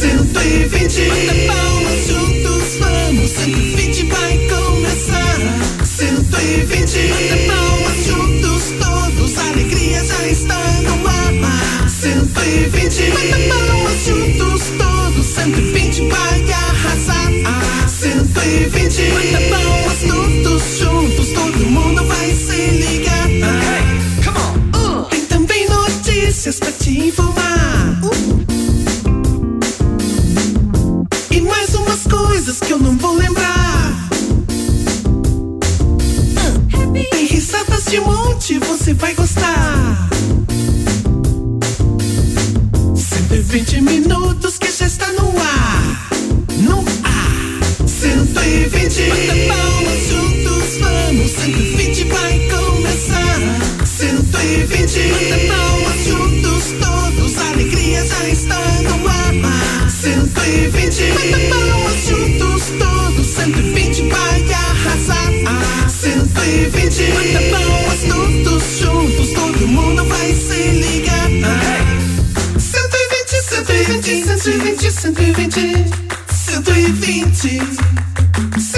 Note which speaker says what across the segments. Speaker 1: 120 Bata palmas juntos, vamos 120 vai começar 120 Bata palmas juntos todos A alegria já está no ar 120 Bata palmas juntos todos 120 vai arrasar 120 Bata palmas todos juntos Todo mundo vai se ligar Tem também notícias pra te informar e mais umas coisas que eu não vou lembrar. Tem risadas de monte, você vai gostar. 120 minutos que já está no ar. No ar. 120. Bata palmas juntos, vamos. 120 vai começar. 120. Bata palmas juntos todos, a alegria já está no ar. 120. Bata palmas juntos todos, 120 vai arrasar. 120. Bata palmas todos juntos, todo mundo vai se ligar. 120, 120, 120, 120. 120. 120,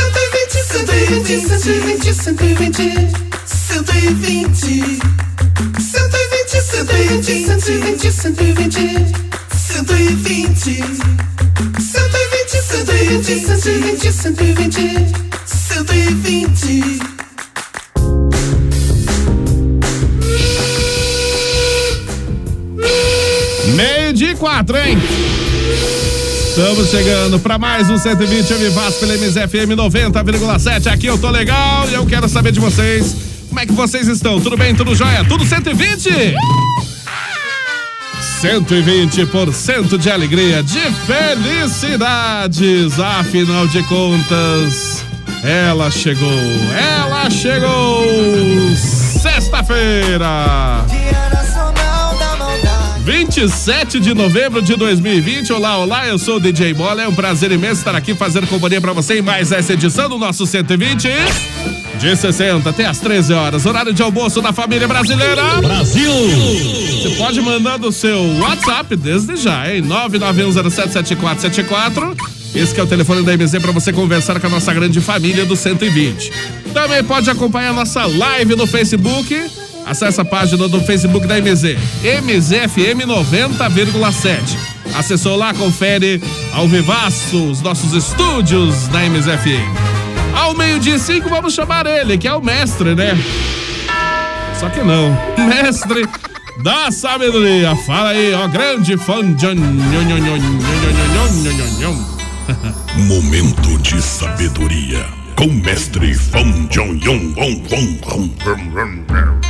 Speaker 1: 120, 120, 120. 120. 120, 120, 120, 120. 120. 120, 120, 120, 120. 120.
Speaker 2: Meio de quatro, hein? Estamos chegando para mais um 120 Avivaz pela MZFM 90,7. Aqui eu tô legal e eu quero saber de vocês. Como é que vocês estão? Tudo bem? Tudo jóia? Tudo 120? 120% de alegria, de felicidades. Afinal de contas, ela chegou. Ela chegou. Sexta-feira.
Speaker 3: Dia Nacional da Maldade.
Speaker 2: 27 de novembro de 2020. Olá, olá, eu sou o DJ Bola. É um prazer imenso estar aqui fazendo companhia pra você em mais essa edição do nosso 120 de 60 até as 13 horas, horário de almoço da família brasileira. Brasil! Você pode mandar do seu WhatsApp desde já, hein? 991077474. Esse que é o telefone da MZ pra você conversar com a nossa grande família do 120. Também pode acompanhar a nossa live no Facebook. Acesse a página do Facebook da MZ, MZFM 90,7. Acessou lá, confere ao vivaço os nossos estúdios da MZFM. Ao meio-dia e cinco, vamos chamar ele, que é o mestre, né? Só que não. Mestre da sabedoria. Fala aí, ó, grande fã.
Speaker 4: Momento de sabedoria com mestre Fan Jong Yong Wong Wong Wong Wong Wong Wong.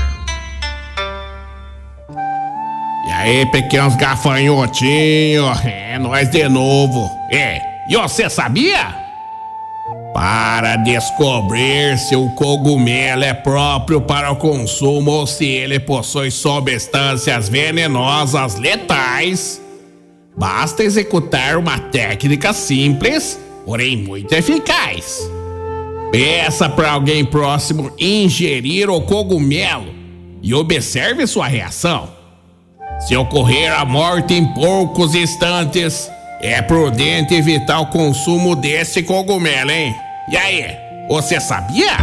Speaker 5: E aí, pequenos gafanhotinhos, é nós de novo. É, e você sabia? Para descobrir se o cogumelo é próprio para o consumo ou se ele possui substâncias venenosas letais, basta executar uma técnica simples, porém muito eficaz. Peça para alguém próximo ingerir o cogumelo e observe sua reação. Se ocorrer a morte em poucos instantes, é prudente evitar o consumo desse cogumelo, hein? E aí, você sabia?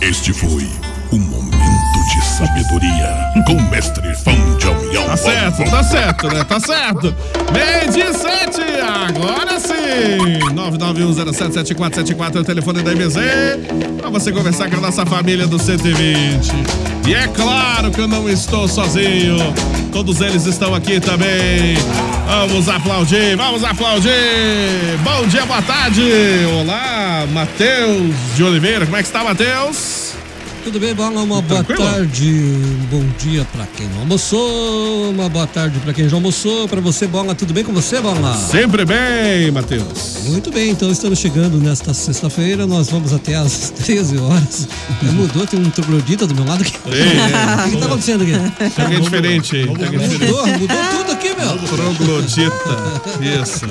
Speaker 4: Este foi o momento de sabedoria com mestre Fan Jong Yong.
Speaker 2: Tá certo, tá certo, né? Tá certo. Meio de sete, agora sim. 991077474 é o telefone da MZ pra você conversar com a nossa família do 120. E é claro que eu não estou sozinho. Todos eles estão aqui também. Vamos aplaudir, vamos aplaudir. Bom dia, boa tarde. Olá, Matheus de Oliveira. Como é que está, Matheus?
Speaker 6: Tudo bem, Bola? Uma
Speaker 2: Tranquilo?
Speaker 6: boa tarde, um bom dia pra quem não almoçou, uma boa tarde pra quem já almoçou, pra você, Bola, tudo bem com você, Bola?
Speaker 2: Sempre bem, Matheus.
Speaker 6: Muito bem, então estamos chegando nesta sexta-feira, nós vamos até às 13 horas. Já mudou, tem um troglodita do meu lado aqui. O
Speaker 2: Ei,
Speaker 6: que tá acontecendo aqui?
Speaker 2: Cheguei diferente aí. Cheguei diferente.
Speaker 6: Mudou, mudou tudo aqui, meu.
Speaker 2: Troglodita. Isso.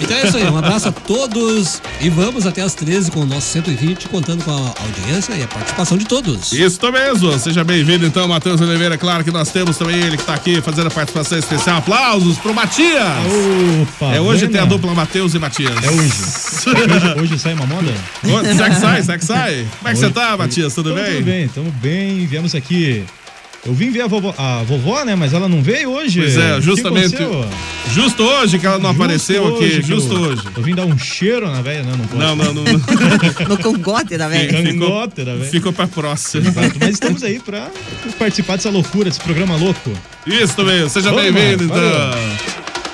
Speaker 6: Então é isso aí, um abraço a todos e vamos até às 13 com o nosso 120, contando com a audiência e a participação de todos.
Speaker 2: Isso mesmo. Seja bem-vindo, então, Matheus Oliveira. Claro que nós temos também ele que tá aqui fazendo a participação especial. Aplausos pro Matias.
Speaker 7: Opa,
Speaker 2: é hoje tem
Speaker 7: Vena.
Speaker 2: a dupla Matheus e Matias.
Speaker 7: É hoje. hoje. Hoje sai uma moda?
Speaker 2: Ô, Será que sai? Será que sai? Como é que você tá, Matias? Tudo
Speaker 7: Então,
Speaker 2: bem?
Speaker 7: Tudo bem, tamo bem. Viemos aqui. Eu vim ver a vovó, a vovó, né? Mas ela não veio hoje.
Speaker 2: Pois é,
Speaker 7: O que
Speaker 2: justamente.
Speaker 7: aconteceu?
Speaker 2: Justo hoje que ela não apareceu
Speaker 7: Justo
Speaker 2: aqui.
Speaker 7: hoje que eu-
Speaker 2: Justo hoje.
Speaker 7: Eu vim dar um cheiro na velha, né? Não posso.
Speaker 2: Não, não, não. não.
Speaker 8: No congote tá
Speaker 7: né,
Speaker 8: da velha.
Speaker 7: Cangota, da velha.
Speaker 2: Ficou pra próxima.
Speaker 7: tá né, Mas estamos aí pra participar dessa loucura, desse programa louco.
Speaker 2: Isso mesmo, seja
Speaker 7: Vamos,
Speaker 2: bem-vindo então.
Speaker 7: mano,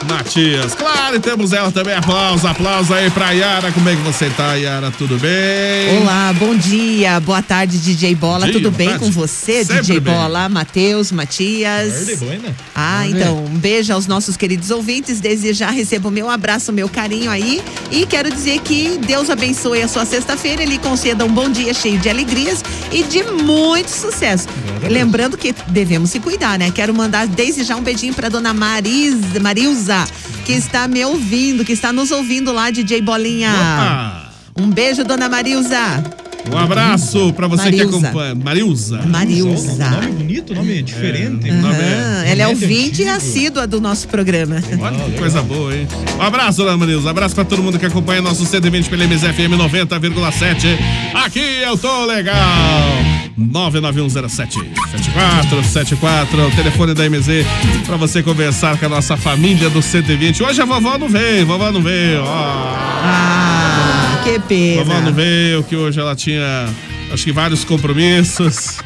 Speaker 2: Matias, claro, e temos ela também. Aplausos, aplausos aí pra Yara. Como é que você tá, Yara? Tudo bem?
Speaker 8: Olá, bom dia, boa tarde, DJ Bola.
Speaker 2: Bom dia,
Speaker 8: Tudo
Speaker 2: boa
Speaker 8: bem
Speaker 2: tarde.
Speaker 8: com você,
Speaker 2: Sempre
Speaker 8: DJ
Speaker 2: bem.
Speaker 8: Bola, Matheus, Matias?
Speaker 7: Verde
Speaker 2: né?
Speaker 7: buena.
Speaker 8: Ah, então, um beijo aos nossos queridos ouvintes. Desde já recebo meu abraço, meu carinho aí. E quero dizer que Deus abençoe a sua sexta-feira, Ele conceda um bom dia cheio de alegrias e de muito sucesso. Lembrando que devemos se cuidar, né? Quero mandar desde já um beijinho para dona Marisa, Marilza,
Speaker 2: Uhum.
Speaker 8: que está me ouvindo, que está nos ouvindo lá, DJ Bolinha.
Speaker 2: Ah,
Speaker 8: Um beijo, dona Marilza.
Speaker 2: um abraço pra você que
Speaker 8: Marilza.
Speaker 2: acompanha. Marilza.
Speaker 8: Marilza.
Speaker 7: Nome bonito,
Speaker 2: É.
Speaker 7: nome diferente.
Speaker 2: nome
Speaker 8: Ah,
Speaker 2: é-
Speaker 8: ela é
Speaker 7: Nome
Speaker 8: ouvinte e
Speaker 7: antigo.
Speaker 8: assídua do nosso programa.
Speaker 2: Olha que coisa boa, hein? Um abraço, dona Marilza. Um abraço pra todo mundo que acompanha nosso 120 pela MZFM 90,7. Aqui eu tô legal. 99107-7474, o telefone da MZ pra você conversar com a nossa família do 120. Hoje a vovó não veio, vovó não veio, ó.
Speaker 8: Ah, que
Speaker 2: Vovó não
Speaker 8: pena.
Speaker 2: veio, que hoje ela tinha, acho que vários compromissos.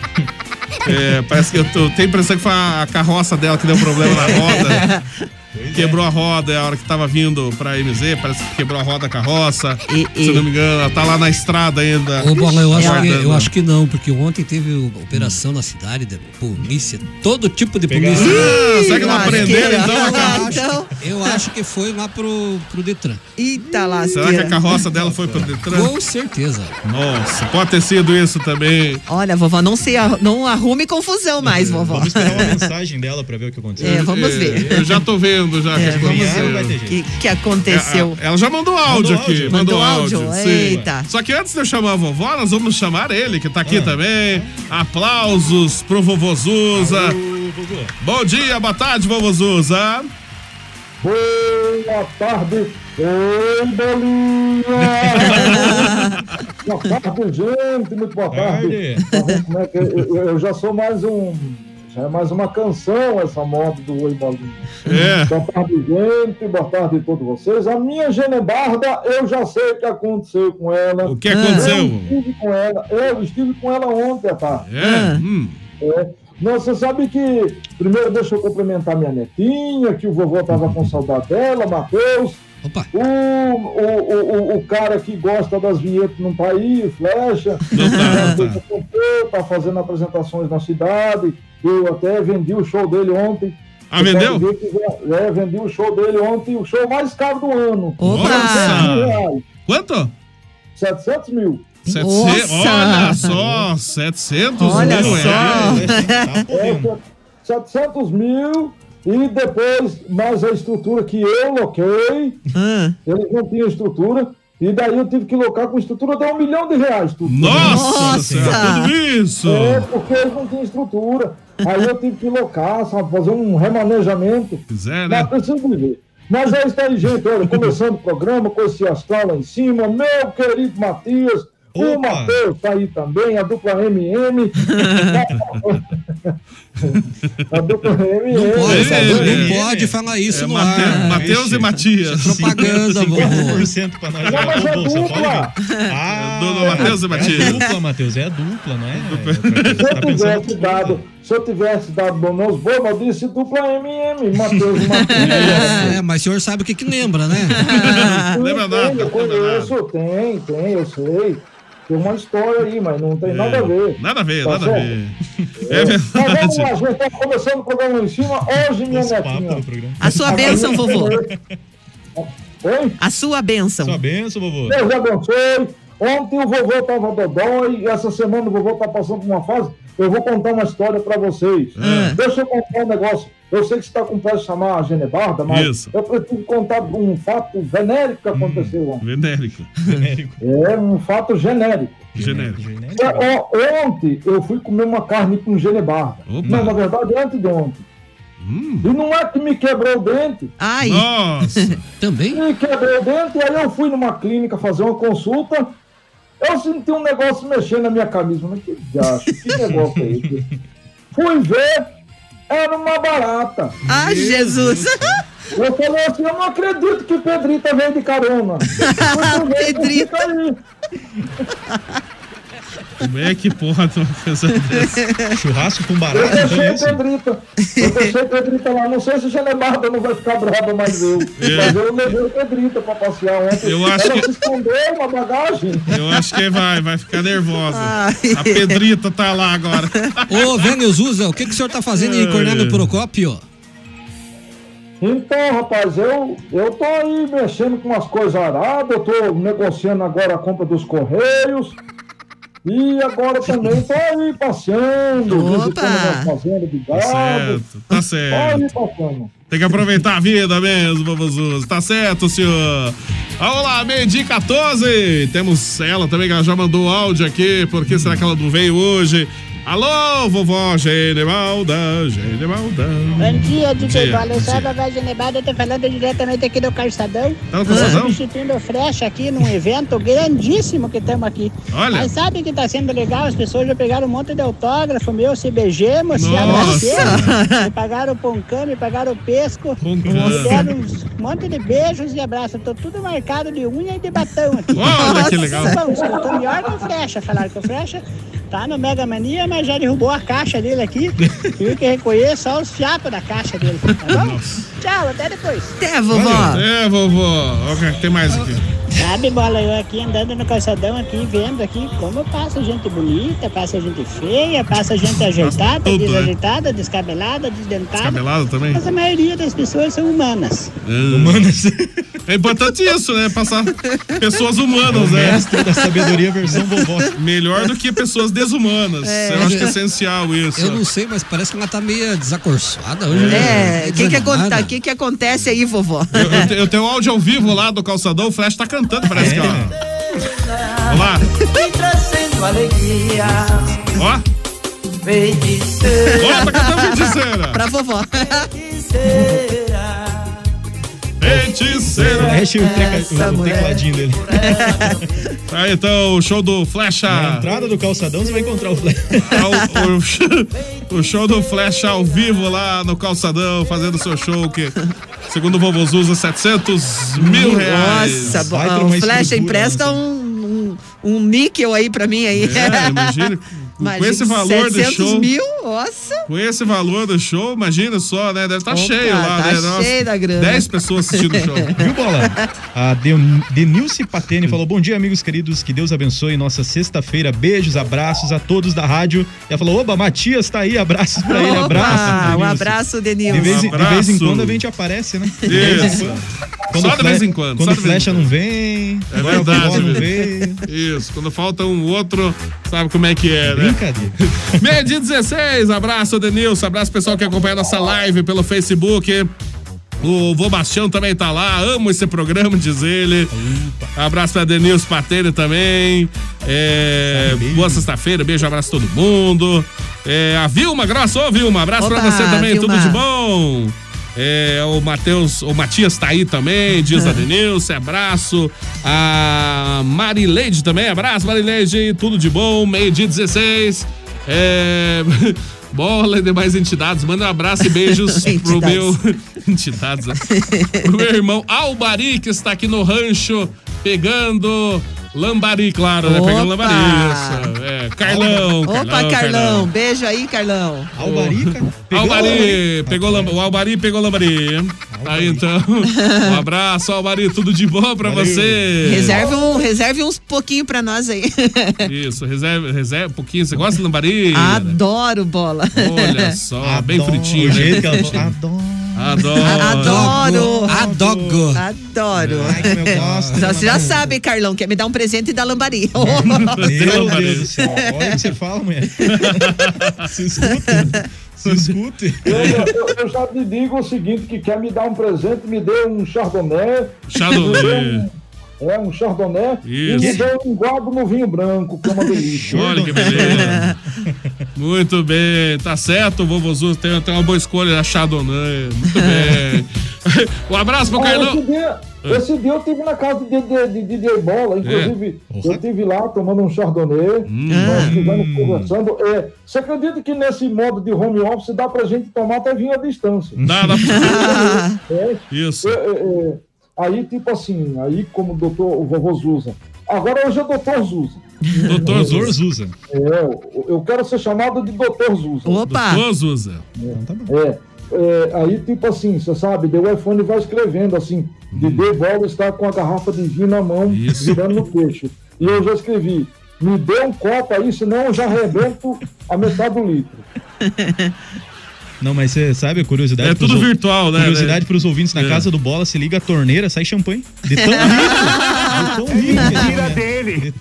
Speaker 2: É, parece que eu tô, tenho a impressão que foi a carroça dela que deu problema na roda. Quebrou a roda, é a hora que tava vindo pra MZ, parece que quebrou a roda da carroça.
Speaker 8: E-
Speaker 2: Se
Speaker 8: e-
Speaker 2: eu não me engano, ela tá lá na estrada ainda.
Speaker 6: Ô, Bola, eu acho, que,
Speaker 2: Aguardando.
Speaker 6: eu acho que não, porque ontem teve o- operação na cidade, da polícia, todo tipo de
Speaker 7: Pegaram.
Speaker 6: polícia.
Speaker 2: Ah, será que não aprenderam então?
Speaker 8: lasqueira.
Speaker 2: a carro-
Speaker 8: Ah, então.
Speaker 6: Eu acho que foi lá pro, pro Detran. Hum.
Speaker 8: Eita,
Speaker 2: Será que a
Speaker 8: lasqueira.
Speaker 2: carroça dela foi pro Detran?
Speaker 6: Com certeza.
Speaker 2: Nossa, pode ter sido isso também.
Speaker 8: Olha, vovó, não, se, arru- não arrume confusão mais, vovó.
Speaker 7: Vamos esperar uma mensagem dela pra ver o que aconteceu.
Speaker 8: É, vamos
Speaker 2: É,
Speaker 8: ver.
Speaker 2: Eu já tô vendo já.
Speaker 8: É,
Speaker 2: que
Speaker 8: vamos
Speaker 2: aconteceu.
Speaker 7: Não vai ter
Speaker 8: O
Speaker 7: jeito.
Speaker 8: que, que aconteceu?
Speaker 2: É, ela já mandou áudio
Speaker 7: Mandou
Speaker 2: aqui.
Speaker 7: áudio?
Speaker 2: Mandou,
Speaker 8: Mandou
Speaker 2: áudio.
Speaker 8: áudio?
Speaker 2: sim.
Speaker 8: Eita. Ah.
Speaker 2: Só que antes de eu chamar a vovó, nós vamos chamar ele, que tá aqui também. Aplausos pro vovô Zuza.
Speaker 7: Ô, vovô,
Speaker 2: Bom dia, boa tarde, vovô Zuza.
Speaker 9: Boa tarde, ei, bolinha! boa tarde, gente, muito boa tarde.
Speaker 7: tarde.
Speaker 9: Tá vendo como é que- eu, eu já sou mais um. Já é mais uma canção essa moda do Oi Bolinha.
Speaker 2: É.
Speaker 9: Boa tarde, gente, boa tarde a todos vocês. A minha Genebarda, eu já sei o que aconteceu com ela.
Speaker 2: O que aconteceu?
Speaker 9: Eu estive com ela, eu estive com ela ontem à tarde.
Speaker 2: É. hum.
Speaker 9: Não, você sabe que primeiro deixa eu cumprimentar minha netinha, que o vovô tava com saudade dela, Matheus.
Speaker 6: Opa,
Speaker 9: O, o, o, o cara que gosta das vinhetas não tá aí, flecha.
Speaker 2: Não tá, não
Speaker 9: Tá, tá fazendo apresentações na cidade. Eu até vendi o show dele ontem.
Speaker 2: Ah, vendeu?
Speaker 9: É, vendi o show dele ontem, o show mais caro do ano.
Speaker 8: Opa!
Speaker 9: Mil
Speaker 2: Nossa!
Speaker 9: reais,
Speaker 2: Quanto?
Speaker 9: 700 mil.
Speaker 2: Setece-
Speaker 8: Nossa!
Speaker 2: Olha só, 700
Speaker 8: Olha
Speaker 2: mil,
Speaker 8: só.
Speaker 2: é.
Speaker 7: Tá podendo.
Speaker 9: Essa, 700 É, mil e depois mais a estrutura que eu loquei.
Speaker 8: Ah,
Speaker 9: Eles não tinham estrutura. E daí eu tive que locar com estrutura de um milhão de reais. Tudo.
Speaker 2: Nossa, Senhora, tudo isso!
Speaker 9: É, porque eles não tinham estrutura. Aí eu tive que locar, sabe, fazer um remanejamento.
Speaker 2: Quiser, né?
Speaker 9: Mas preciso viver. Mas é isso aí, gente. Olha, começando o programa com esse astral lá em cima, meu querido Matias. O
Speaker 7: Opa!
Speaker 9: Matheus tá aí também, a dupla MM. a dupla MM.
Speaker 6: não pode,
Speaker 2: é,
Speaker 6: não
Speaker 2: é,
Speaker 6: pode
Speaker 7: é.
Speaker 6: falar isso
Speaker 2: É,
Speaker 6: no
Speaker 2: Mate-
Speaker 6: ar.
Speaker 2: Mateus e Matias.
Speaker 6: Propaganda, vovô.
Speaker 7: 50% pra nós.
Speaker 9: Não, mas é
Speaker 7: Ô, Bolsa,
Speaker 9: dupla.
Speaker 7: fala aí. Ah,
Speaker 2: É dupla, Matheus e Matias.
Speaker 7: É dupla, Matheus. É dupla, não é? é
Speaker 9: Se
Speaker 7: tá
Speaker 9: eu
Speaker 7: pensando
Speaker 9: tivesse
Speaker 7: outra
Speaker 2: né?
Speaker 9: dado,
Speaker 7: coisa.
Speaker 9: se eu tivesse dado bom meus bobos, eu disse dupla MM, Matheus e Matias.
Speaker 6: É, mas o senhor sabe o que que lembra, né?
Speaker 9: Sim,
Speaker 2: Lembra
Speaker 9: tem,
Speaker 2: nada,
Speaker 9: Eu
Speaker 2: lembra
Speaker 9: conheço, tem, tem, eu sei. Tem uma história aí, mas não tem nada a ver.
Speaker 2: É, Nada a ver,
Speaker 9: Tá
Speaker 2: nada a
Speaker 9: certo?
Speaker 2: ver.
Speaker 9: É
Speaker 2: verdade.
Speaker 9: Mas vamos lá, gente, tá começando o programa em cima. Hoje, minha netinha.
Speaker 8: A sua bênção, vovô.
Speaker 9: Oi?
Speaker 8: A sua bênção.
Speaker 7: Sua bênção, vovô.
Speaker 9: Deus abençoe. Ontem o vovô tava dodói e essa semana o vovô tá passando por uma fase. Eu vou contar uma história para vocês. Deixa eu contar um negócio. Eu sei que você está com pressa de chamar a Genebarda, mas
Speaker 2: Isso.
Speaker 9: eu preciso contar um fato genérico que aconteceu ontem.
Speaker 2: Venérico.
Speaker 9: É um fato genérico.
Speaker 2: Genérico.
Speaker 9: É, ó, ontem eu fui comer uma carne com genebarda. Não, na verdade, é antes de ontem. E não é que me quebrou o dente.
Speaker 8: Ai.
Speaker 2: Nossa.
Speaker 6: Também?
Speaker 9: Me quebrou o dente. Aí eu fui numa clínica fazer uma consulta. Eu senti um negócio mexendo na minha camisa. Mas que gacho, que negócio é esse? Fui ver, era uma barata.
Speaker 8: Ah, Jesus.
Speaker 9: Eu falei assim, eu não acredito que Pedrita veio de carona.
Speaker 8: Pedrita.
Speaker 2: Como é que porra tu vai fazer dessa?
Speaker 7: Churrasco com é
Speaker 9: Eu deixei o Pedrita. Eu deixei o Pedrita lá. Não sei se o Genebarda não vai ficar brava mais eu. Mas eu levei o Pedrita pra passear ontem.
Speaker 2: É. Eu acho
Speaker 9: Ela
Speaker 2: que-
Speaker 9: se escondeu na bagagem.
Speaker 2: Eu acho que é vai, vai ficar nervosa.
Speaker 9: Ai.
Speaker 2: A Pedrita tá lá agora.
Speaker 6: Ô, Vênio Zuza, o que, que o senhor tá fazendo em Cornélio Procópio?
Speaker 9: Então, rapaz, eu, eu tô aí mexendo com umas coisas aradas. Eu tô negociando agora a compra dos Correios. E agora também tô aí passeando, visitando umas fazendas de
Speaker 2: Tá
Speaker 9: gado.
Speaker 2: certo, tá
Speaker 9: Tô aí
Speaker 2: certo.
Speaker 9: passando.
Speaker 2: Tem que aproveitar a vida mesmo, Babuzus. Tá certo, senhor. Vamos lá, meio-dia e 14. Temos ela também, que ela já mandou áudio aqui. Por que será que ela não veio hoje? Alô, vovó Genemalda, Genemalda.
Speaker 10: Bom dia, DJ
Speaker 2: Dia,
Speaker 10: Bola. é Eu sou a
Speaker 2: dia.
Speaker 10: Babá Genebalda, eu tô falando diretamente aqui do Calçadão.
Speaker 2: Tá no Calçadão?
Speaker 10: Substituindo o Frecha aqui num evento grandíssimo que estamos aqui.
Speaker 2: Olha.
Speaker 10: Mas sabe que tá sendo legal? As pessoas já pegaram um monte de autógrafo meu, se beijemos, se abraçamos, me pagaram poncã, me pagaram pesco, me deram uns monte de beijos e abraços. Tô tudo marcado de unha e de batão aqui.
Speaker 2: Olha que legal.
Speaker 10: Bom, eu tô melhor que o Frecha, falaram que o Frecha tá no Mega Mania, mas já derrubou a caixa dele aqui. Tive que recolher só os fiapos da caixa dele, tá bom? Tchau, até depois.
Speaker 8: Até,
Speaker 2: Olha, É, vovó. Olha o que tem mais aqui.
Speaker 10: Sabe, bola, eu aqui andando no calçadão aqui, vendo aqui como passa gente bonita, passa gente feia, passa gente ajeitada, desajeitada, descabelada, desdentada.
Speaker 2: Descabelada também?
Speaker 10: Mas a maioria das pessoas são humanas.
Speaker 2: Humanas. É importante isso, né? Passar pessoas humanas, né?
Speaker 7: mestre da sabedoria versão vovó.
Speaker 2: Melhor do que pessoas desumanas.
Speaker 6: É.
Speaker 2: Eu acho que é essencial isso.
Speaker 6: Eu não sei, mas parece que ela tá meio desacorçoada hoje. né?
Speaker 8: É, o que, que,
Speaker 6: Desanimada.
Speaker 8: aconte- que que acontece aí, vovó?
Speaker 2: Eu, eu te- eu tenho áudio ao vivo lá do calçadão, o Flash tá cantando, parece que ó. Olá.
Speaker 1: Vem trazendo alegria.
Speaker 2: Ó.
Speaker 1: Feiticeira.
Speaker 2: Ó, tá cantando feiticeira.
Speaker 8: Pra vovó.
Speaker 1: Feiticeira.
Speaker 2: Feiticeira.
Speaker 7: Mexe o, teca- o tecladinho dele.
Speaker 2: Tá, então, o show do ah, Flecha.
Speaker 7: Na entrada do calçadão você vai encontrar o Flecha.
Speaker 2: Ao- o, o show do Flecha ao vivo lá no calçadão, fazendo seu show que, segundo o Vovô Zuza, 700 mil reais.
Speaker 8: Nossa, bo- ó, o
Speaker 7: né?
Speaker 8: Flecha empresta um, um, um níquel aí pra mim aí.
Speaker 2: É, imagina, com esse valor do
Speaker 8: 700
Speaker 2: show.
Speaker 8: mil, nossa.
Speaker 2: Com esse valor do show, imagina só, né? Deve estar
Speaker 8: Opa,
Speaker 2: cheio lá,
Speaker 8: tá
Speaker 2: né?
Speaker 8: cheio da grana.
Speaker 2: 10 pessoas assistindo o show.
Speaker 7: Viu, Bola? A Den- Denilce Patene falou: Bom dia, amigos queridos, que Deus abençoe nossa sexta-feira. Beijos, abraços a todos da rádio. Ela falou: Oba, Matias tá aí, abraços pra ele,
Speaker 8: Opa,
Speaker 7: abraço.
Speaker 8: um
Speaker 7: Denilce.
Speaker 8: abraço, Denilson.
Speaker 7: De vez, em- de
Speaker 8: abraço.
Speaker 7: vez em quando a gente aparece, né? De vez em
Speaker 2: Isso.
Speaker 7: quando.
Speaker 2: Só
Speaker 7: o
Speaker 2: de
Speaker 7: Fle-
Speaker 2: vez em quando,
Speaker 7: Quando
Speaker 2: só
Speaker 7: o
Speaker 2: de vez em
Speaker 7: Flecha
Speaker 2: quando.
Speaker 7: não vem.
Speaker 2: É
Speaker 7: quando a vovó
Speaker 2: verdade,
Speaker 7: não
Speaker 2: meu.
Speaker 7: vem.
Speaker 2: Isso, quando falta um outro, sabe como é que é, né?
Speaker 7: Brincadeira.
Speaker 2: Meio dia 16, abraço, Denilson, abraço pessoal que acompanha nossa live pelo Facebook. O Vô Bastião também tá lá, amo esse programa, diz ele. Abraço pra Denilson Pateira também. É, boa sexta-feira, beijo, abraço a todo mundo. É, a Vilma Grossa, ô Vilma, abraço pra
Speaker 11: Opa,
Speaker 2: você também, tudo
Speaker 11: Vilma.
Speaker 2: de bom? É, o Matheus, o Matias tá aí também, diz a Denilce, abraço. A Marileide também, abraço, Marileide, tudo de bom, meio-dia 16. É, bola e demais entidades, manda um abraço e beijos pro
Speaker 11: Entidades.
Speaker 2: meu. entidades, né? Pro meu irmão Albari, que está aqui no rancho pegando lambari, claro, né? Pegando
Speaker 8: Opa!
Speaker 2: lambari. Isso. É, Carlão,
Speaker 8: Opa, Carlão,
Speaker 2: Carlão.
Speaker 8: beijo aí, Carlão.
Speaker 2: Albari, pegou Albari, pegou lam- o Albari pegou o lambari. Aí então, um abraço, ao marido, tudo de bom pra você.
Speaker 8: Reserve, um, reserve uns pouquinho pra nós aí.
Speaker 2: Isso, reserva, reserva um pouquinho. Você gosta de lambari?
Speaker 8: um. Adoro bola.
Speaker 2: Olha só, bem fritinho. né?
Speaker 7: O jeito que ela falou,
Speaker 2: Adoro.
Speaker 8: Adoro.
Speaker 6: Adoro.
Speaker 8: Adoro. Já- Você já sabe, Carlão, quer me dar um presente da lambari.
Speaker 7: Meu Deus do céu. Olha o que você fala, mulher. Se escuta. Se escute.
Speaker 9: Eu, eu- eu já te digo o seguinte, que quer me dar um presente, me dê um chardonnay.
Speaker 2: Chardonnay.
Speaker 9: Me dê um- É, um chardonnay.
Speaker 2: Isso.
Speaker 9: E me dê um guardo no vinho branco, que é uma delícia.
Speaker 2: Olha que beleza. Muito bem, tá certo, vovozu. Tem, tem uma boa escolha da Chardonnay. né? Muito bem. Um abraço pro
Speaker 9: Ah, esse,
Speaker 2: Carlão.
Speaker 9: dia,
Speaker 2: Ah.
Speaker 9: esse dia eu tive na casa de, de, de, DJ Bola, inclusive
Speaker 2: É.
Speaker 9: eu tive lá tomando um chardonnay,
Speaker 2: Hum.
Speaker 9: nós estivemos conversando. É, você acredita que nesse modo de home office dá pra gente tomar até vinho à distância?
Speaker 2: Dá, dá
Speaker 9: É,
Speaker 2: Isso.
Speaker 9: é, é, é. aí, tipo assim, aí como o doutor, o vovô Zusa. Agora hoje é doutor Zusa.
Speaker 2: Doutor
Speaker 7: Doutor Zusa.
Speaker 9: É, eu, eu quero ser chamado de doutor Zusa.
Speaker 2: Doutor Zuza.
Speaker 7: tá
Speaker 9: É, é, aí tipo assim, você sabe, daí o iPhone vai escrevendo assim,
Speaker 2: Uhum.
Speaker 9: Didê Bola está tá com a garrafa de vinho na mão, virando no peixe. E eu já escrevi, me dê um copo aí, senão eu já arrebento a metade do litro.
Speaker 7: Não, mas você sabe a curiosidade.
Speaker 2: É
Speaker 7: pros
Speaker 2: tudo
Speaker 7: ou-
Speaker 2: virtual, né,
Speaker 7: Curiosidade
Speaker 2: né?
Speaker 7: pros ouvintes na
Speaker 2: É.
Speaker 7: casa do Bola, se liga a torneira, sai champanhe. De tão rico. De tão rico. que essa
Speaker 1: Tira
Speaker 7: mulher.
Speaker 1: dele.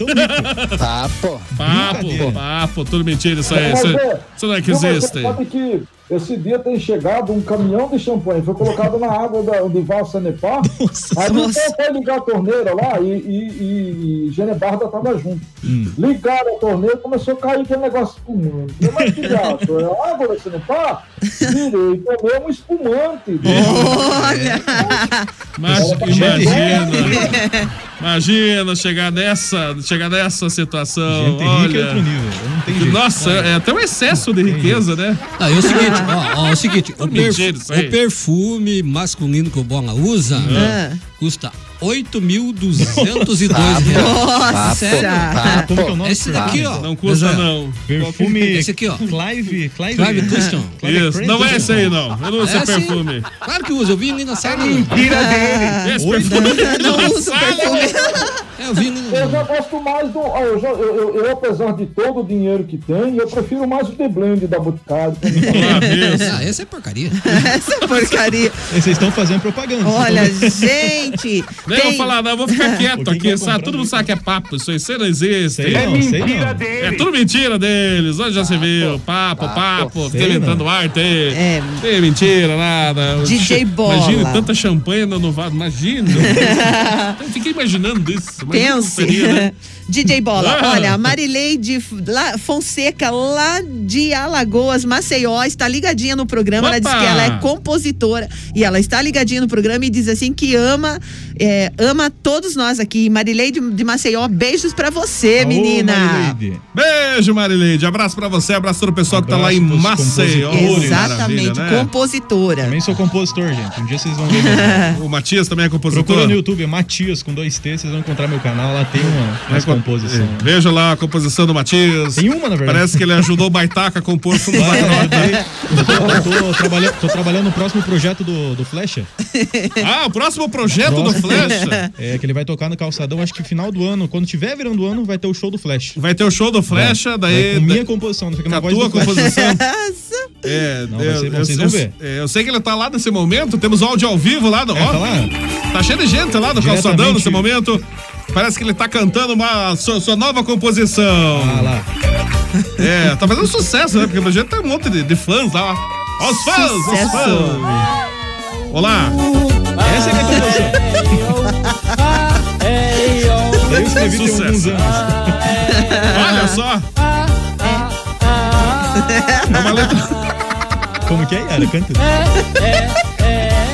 Speaker 8: Tá.
Speaker 2: Papo. Papo, papo. Tudo mentira, isso aí. Isso,
Speaker 9: Mas, é,
Speaker 2: isso não é que
Speaker 9: mas você
Speaker 2: existe.
Speaker 9: Sabe que esse dia tem chegado um caminhão de champanhe, foi colocado na água da, de Valsa Nepar. Aí
Speaker 1: nossa.
Speaker 9: então foi ligar a torneira lá e, e, e Genebarda tava junto. Ligaram a torneira, começou a cair aquele negócio espumante. Eu, Mas que gato, é água da Sanepar? Virei, tomei um espumante.
Speaker 2: Mas imagina.
Speaker 9: Gente.
Speaker 2: é Imagina chegar nessa, chegar nessa
Speaker 7: Gente
Speaker 2: situação.
Speaker 7: rica é
Speaker 2: Olha.
Speaker 7: outro nível, não tem
Speaker 2: Que,
Speaker 7: jeito.
Speaker 2: Nossa, é até um excesso de riqueza, né?
Speaker 6: Ah, é o seguinte, ó, ó, é o seguinte, o,
Speaker 2: Tudo
Speaker 6: perfu-
Speaker 2: mentira Tá isso aí.
Speaker 6: o perfume masculino que o Bola usa
Speaker 2: Ah.
Speaker 6: custa 8.202
Speaker 7: Nossa.
Speaker 6: reais. Sério? Ah, tá.
Speaker 7: Papo. Como que é o nome?
Speaker 6: Esse daqui, ó.
Speaker 2: Não custa,
Speaker 6: Zé,
Speaker 2: não. é?
Speaker 7: Perfume.
Speaker 6: Esse aqui, ó.
Speaker 7: Clive. Clive,
Speaker 6: Clive Custom.
Speaker 7: Clive
Speaker 2: Isso, não
Speaker 7: Custom.
Speaker 2: é assim? esse aí, não. Eu não uso
Speaker 6: É sim.
Speaker 2: esse perfume.
Speaker 6: Claro que usa, eu vi nem na sala. Ah,
Speaker 2: Esse perfume
Speaker 6: Não uso
Speaker 2: sai.
Speaker 6: Eu vi no...
Speaker 9: Eu já gosto mais do. ó, Eu, já- eu- eu- eu, apesar de todo o dinheiro que tem, eu prefiro mais o The Blend da Boticário.
Speaker 6: Ah, essa é porcaria.
Speaker 8: Essa porcaria.
Speaker 7: Vocês estão fazendo propaganda.
Speaker 8: Olha, gente.
Speaker 2: Nem vou falar, não. Eu vou ficar quieto aqui. Sabe? Todo mundo sabe que é papo. Isso aí Isso não existe.
Speaker 7: Sei não, É sei mentira não.
Speaker 2: É tudo mentira deles. Onde já se viu? Papo, papo. Fica
Speaker 7: Sei
Speaker 2: inventando arte aí.
Speaker 8: É.
Speaker 2: Tem mentira, nada.
Speaker 8: DJ Bola.
Speaker 2: Imagina, tanta champanhe no vaso. Imagina. Eu fiquei imaginando isso. Imagina
Speaker 8: Pense.
Speaker 2: como seria, né?
Speaker 8: DJ Bola,
Speaker 2: Ah.
Speaker 8: olha, a Marileide F- lá- Fonseca, lá de Alagoas, Maceió, está ligadinha no programa. Ela
Speaker 2: Opa!
Speaker 8: diz que ela é compositora e ela está ligadinha no programa e diz assim que ama, é, ama todos nós aqui. Marileide de Maceió, beijos pra você,
Speaker 7: Alô,
Speaker 8: menina.
Speaker 7: Marileide.
Speaker 2: Beijo, Marileide. Abraço pra você, abraço todo o pessoal que tá lá em
Speaker 7: Abraço pros
Speaker 2: Maceió.
Speaker 7: compositores.
Speaker 8: Exatamente,
Speaker 2: Maravilha, né?
Speaker 8: compositora.
Speaker 7: Também sou compositor, gente. Um dia vocês vão ver.
Speaker 2: O Matias também é compositor?
Speaker 7: Procura no YouTube, Matias com dois T, vocês vão encontrar meu canal, lá tem uma umas
Speaker 2: Vai com-
Speaker 7: composição.
Speaker 2: É, Veja lá a composição do Matias.
Speaker 7: Tem uma, na verdade.
Speaker 2: Parece que ele ajudou o Baitaca a compor fundo
Speaker 7: Vai, eu
Speaker 2: baitola.
Speaker 7: ajudei. Eu tô, tô trabalhando, tô trabalhando no próximo projeto do, do Flecha.
Speaker 2: Ah, o próximo projeto do
Speaker 7: Próximo
Speaker 2: Flecha.
Speaker 7: projeto, É, que ele vai tocar no calçadão, acho que final do ano. Quando tiver virando o ano, vai ter o show do Flash. É.
Speaker 2: Vai ter o show do Flecha,
Speaker 7: Vai.
Speaker 2: daí.
Speaker 7: Vai com minha
Speaker 2: da-
Speaker 7: composição, não fica na
Speaker 2: com a
Speaker 7: voz
Speaker 2: tua
Speaker 7: do Flecha.
Speaker 2: composição. É,
Speaker 7: Não, vai ser bom, vocês vão
Speaker 2: eu,
Speaker 7: ver.
Speaker 2: é, eu sei que ele tá lá nesse momento, temos áudio ao vivo lá do
Speaker 7: É, tá lá.
Speaker 2: Tá cheio de gente lá do
Speaker 7: Diretamente-
Speaker 2: calçadão nesse momento. Parece que ele tá cantando uma sua, sua nova composição.
Speaker 7: Ah lá.
Speaker 2: É, tá fazendo sucesso, né? Porque a gente tem um monte de, de fãs lá. Ó, os fãs, os
Speaker 1: Sucesso.
Speaker 2: fãs. Olá.
Speaker 7: Essa é a minha composição. Eu escrevi tem alguns anos.
Speaker 2: Olha só. É uma letra.
Speaker 7: Como que é, Yara? Canta.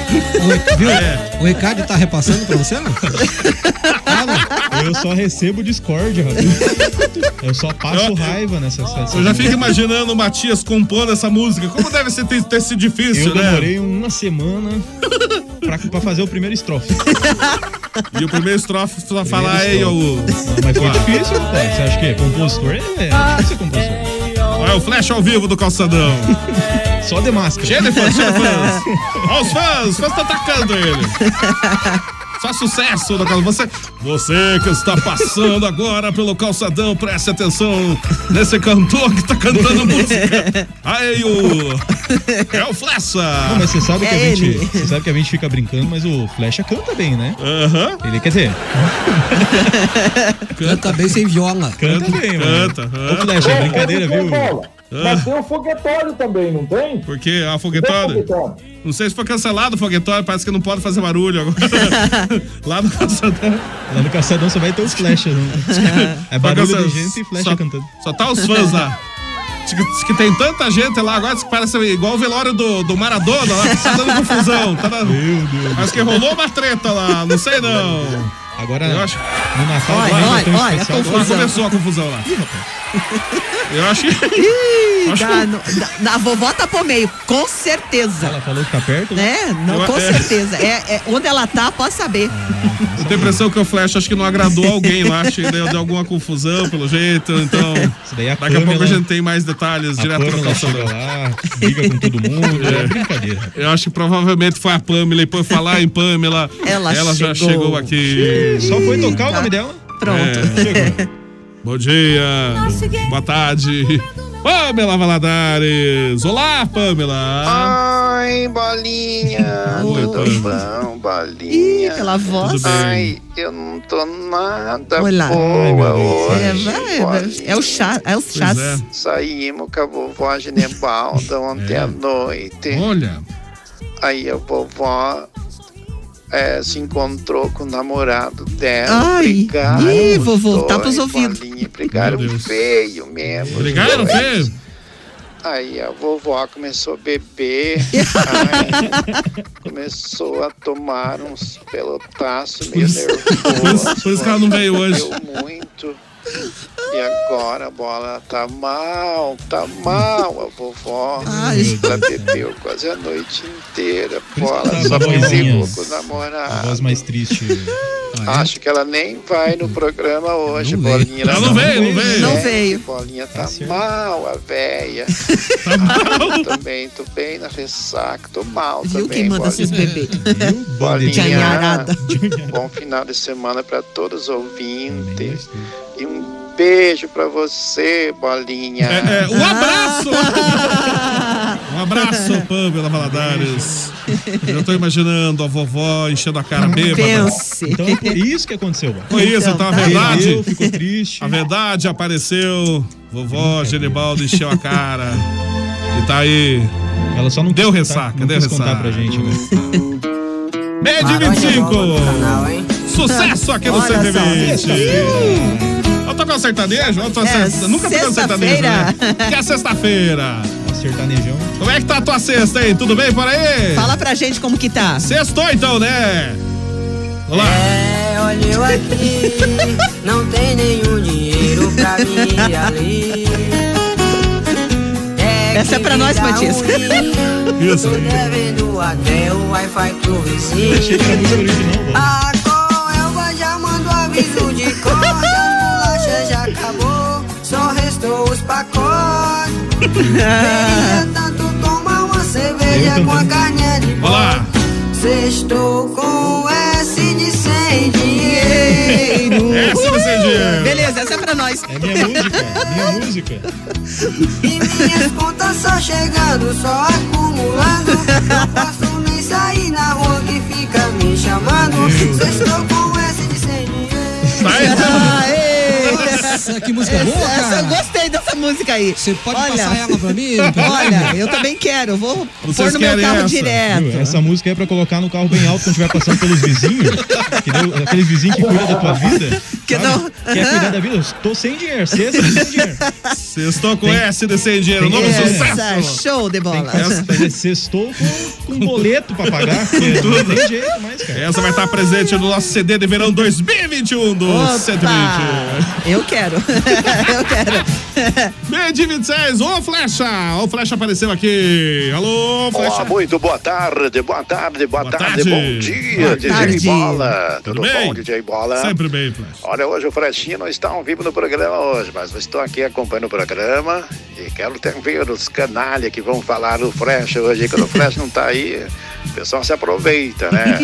Speaker 6: O, viu?
Speaker 2: É.
Speaker 6: O Ricardo tá repassando pra você, não?
Speaker 7: Eu só recebo discórdia, rapaz. Eu só passo raiva nessa
Speaker 2: Eu já fico imaginando o Matias compondo essa música. Como deve ser, ter, ter sido difícil,
Speaker 7: Eu
Speaker 2: né?
Speaker 7: demorei uma semana pra, pra fazer o primeiro estrofe.
Speaker 2: E o primeiro estrofe só falar,
Speaker 7: Primeiro
Speaker 2: ei,
Speaker 7: estrofe.
Speaker 2: ô.
Speaker 7: Não, mas foi difícil, rapaz. Você acha que é compositor? É, é difícil ser compositor.
Speaker 2: Olha o flash ao vivo do calçadão. Só de máscara. Cheio de fãs, cheio de fãs. Olha os fãs, os fãs estão atacando ele. Só sucesso da calça. Você, você que está passando agora pelo calçadão, preste atenção nesse cantor que está cantando música. Aí o. É o Flessa.
Speaker 7: Não, mas você
Speaker 6: É
Speaker 7: sabe, que a gente, você sabe que a gente fica brincando, mas o Flecha canta bem, né?
Speaker 2: Aham.
Speaker 7: Ele quer dizer.
Speaker 6: Canta bem sem viola.
Speaker 7: Canta bem, mano.
Speaker 2: Canta,
Speaker 7: Ô, Flecha,
Speaker 9: Ô,
Speaker 7: brincadeira,
Speaker 9: ô,
Speaker 7: viu? Ah.
Speaker 9: Bola, Mas tem o foguetório também, não tem?
Speaker 2: Porque a foguetória. Não sei se foi cancelado o foguetório, parece que não pode fazer barulho agora. Lá no calçadão.
Speaker 7: Lá no calçadão só vai ter os flechas. Não. É barulho de gente e flecha
Speaker 2: só,
Speaker 7: cantando.
Speaker 2: Só tá os fãs lá. Diz que, diz que tem tanta gente lá agora diz que parece igual o velório do, do Maradona lá, que tá dando confusão. Tá dando... Meu Deus. Acho que rolou uma treta lá, não sei não.
Speaker 7: Agora,
Speaker 2: eu acho...
Speaker 7: no Natal, Olha, agora, olha, tem um olha, a especial agora. confusão.
Speaker 2: começou a confusão lá. Eu acho que.
Speaker 8: Ih,
Speaker 2: Acho
Speaker 8: dá-
Speaker 2: que-
Speaker 8: no- dá- dá- a vovó tá pro meio, com certeza.
Speaker 7: Ela falou que tá perto?
Speaker 8: É, não,
Speaker 2: Eu-
Speaker 8: com
Speaker 2: é.
Speaker 8: certeza. É, é, onde ela tá, pode saber.
Speaker 2: Eu tenho a impressão que o Flash acho que não agradou alguém lá, acho que deu, deu alguma confusão pelo jeito, então. daqui a pouco
Speaker 7: Pamela-
Speaker 2: a gente tem mais detalhes
Speaker 7: é A
Speaker 2: direto no
Speaker 7: Pamela
Speaker 2: calçadão.
Speaker 7: chega lá, briga com todo mundo. É brincadeira.
Speaker 2: Eu acho que provavelmente foi a Pamela e por falar em Pamela,
Speaker 7: Ela
Speaker 2: É. já
Speaker 7: chegou.
Speaker 2: chegou aqui.
Speaker 7: Só foi tocar o nome dela.
Speaker 2: É. Bom dia. Boa tarde. Pamela Valadares. Olá, Pamela.
Speaker 11: Ai, bolinha.
Speaker 2: Oi,
Speaker 11: Tudo
Speaker 2: Pamela.
Speaker 11: bom, bolinha?
Speaker 8: Ih, pela voz. Tudo bem.
Speaker 11: Ai, eu não tô nada
Speaker 8: Olha lá.
Speaker 11: boa
Speaker 8: É,
Speaker 11: hoje.
Speaker 8: vai, vai. é o chá, é É. o chá.
Speaker 11: Saímos com a vovó Ginebalda ontem à noite.
Speaker 2: Olha.
Speaker 11: Aí a vovó eh, se encontrou com o namorado dela.
Speaker 8: Ai,
Speaker 11: brigaram
Speaker 8: ih,
Speaker 11: os
Speaker 8: vou voltar
Speaker 11: dois,
Speaker 8: pros ouvidos.
Speaker 11: Brigaram um feio mesmo. os
Speaker 2: Brigaram
Speaker 11: dois.
Speaker 2: feio?
Speaker 11: Aí a vovó começou a beber, ai, começou a tomar uns pelotaços meio nervoso.
Speaker 2: Por isso que ela não veio hoje.
Speaker 11: muito. E agora a bola tá mal, tá mal a vovó. Ela bebeu quase a noite
Speaker 7: Por
Speaker 11: inteira.
Speaker 7: isso que
Speaker 11: Bola
Speaker 7: tá
Speaker 11: só
Speaker 7: bolinha.
Speaker 11: fazia com o
Speaker 7: A
Speaker 11: namorado.
Speaker 7: voz mais triste.
Speaker 2: Ah, é?
Speaker 11: Acho que ela nem vai no programa hoje,
Speaker 7: Não
Speaker 11: Bolinha.
Speaker 7: veio. Ela não veio, não veio. Não
Speaker 8: veio.
Speaker 11: Bolinha tá mal, a véia. tá mal. também, tô bem na ressaca, tô mal
Speaker 8: Viu
Speaker 11: também.
Speaker 8: quem manda vocês
Speaker 11: Bolinha.
Speaker 8: beber?
Speaker 11: Bolinha.
Speaker 8: Tchanharada.
Speaker 11: Bom final de semana pra todos os ouvintes. E um beijo pra você, Bolinha.
Speaker 2: É, um abraço! Um abraço, Pamela Valadares. Eu tô imaginando a vovó enchendo a cara bêbada.
Speaker 7: Então tá é por isso que aconteceu. mano.
Speaker 2: Foi isso, então, a verdade.
Speaker 7: Bebeu, ficou triste.
Speaker 2: A verdade apareceu. Vovó Genibaldo encheu a cara. E tá aí.
Speaker 7: Ela só não
Speaker 2: deu ressaca,
Speaker 7: não
Speaker 2: deu
Speaker 7: quis
Speaker 2: ressaca.
Speaker 7: contar pra gente, né?
Speaker 2: Meio de 25. Sucesso aqui no
Speaker 7: Olha só.
Speaker 2: 120. Eu tô com um sertanejo? Eu tô
Speaker 7: É,
Speaker 2: ser- Nunca tô com um sertanejo. Né?
Speaker 8: sexta-feira.
Speaker 2: Que é sexta-feira.
Speaker 7: Sertanejão.
Speaker 2: Como é que tá a tua sexta aí? Tudo bem por aí?
Speaker 8: Fala pra gente como que tá.
Speaker 2: Sextou então, né? Olá.
Speaker 12: É, olha eu aqui, não tem nenhum dinheiro pra mim ali.
Speaker 8: Essa é pra nós, Matias.
Speaker 12: Isso. Tô devendo até o Wi-Fi pro vizinho. Ah, qual é? Eu vou já mando aviso de corda, a bolacha já acabou, só restou os pacotes. Queria tanto tomar uma cerveja com a carne de
Speaker 2: Olá.
Speaker 12: Sextou com S de sem dinheiro.
Speaker 2: S de sem dinheiro.
Speaker 8: Beleza, essa é pra nós.
Speaker 7: É minha música, minha música.
Speaker 12: Minhas contas só chegando, só acumulando. Não posso nem sair na rua que fica me chamando. Sextou com S de sem dinheiro.
Speaker 6: Nossa, que música boa,
Speaker 8: é Essa- essa
Speaker 6: cara.
Speaker 8: eu gostei dessa música aí. Você
Speaker 6: pode passar ela pra mim? então?
Speaker 8: Olha, eu também quero. Vou pôr no meu carro direto.
Speaker 7: Viu? Essa música é pra colocar no carro bem alto quando estiver passando pelos vizinhos. que deu- aqueles vizinhos que cuidam da tua vida. Que
Speaker 8: não.
Speaker 7: Quer cuidar da vida? Eu tô sem dinheiro, sexta, sem dinheiro.
Speaker 2: Sextou com S de sem dinheiro. Novo
Speaker 7: Essa,
Speaker 2: sucesso.
Speaker 8: Show de bola. Um
Speaker 7: Fazer sextou com, com boleto pra pagar. porque Não
Speaker 2: Tudo.
Speaker 7: tem jeito mais, cara.
Speaker 2: Essa vai estar presente no nosso CD de verão 2021 do
Speaker 7: Opa!
Speaker 2: 120.
Speaker 8: Eu quero. Eu quero.
Speaker 2: Meio de 26, ô Flecha! Ô Flecha apareceu aqui. Alô, Flecha.
Speaker 13: Olá, muito boa tarde, boa tarde, boa, tarde.
Speaker 2: tarde.
Speaker 13: bom dia,
Speaker 2: Boa
Speaker 13: DJ
Speaker 2: tarde.
Speaker 13: Bola.
Speaker 2: Tudo
Speaker 13: Tudo, bom,
Speaker 2: bem?
Speaker 13: DJ Bola?
Speaker 2: Sempre bem, Flecha.
Speaker 13: Olha Olha, hoje o Frestinho não está ao vivo no programa hoje, mas eu estou aqui acompanhando o programa e quero ter um ver os canalha que vão falar do Fresh hoje. Quando o Fresh não está aí, o pessoal se aproveita, né?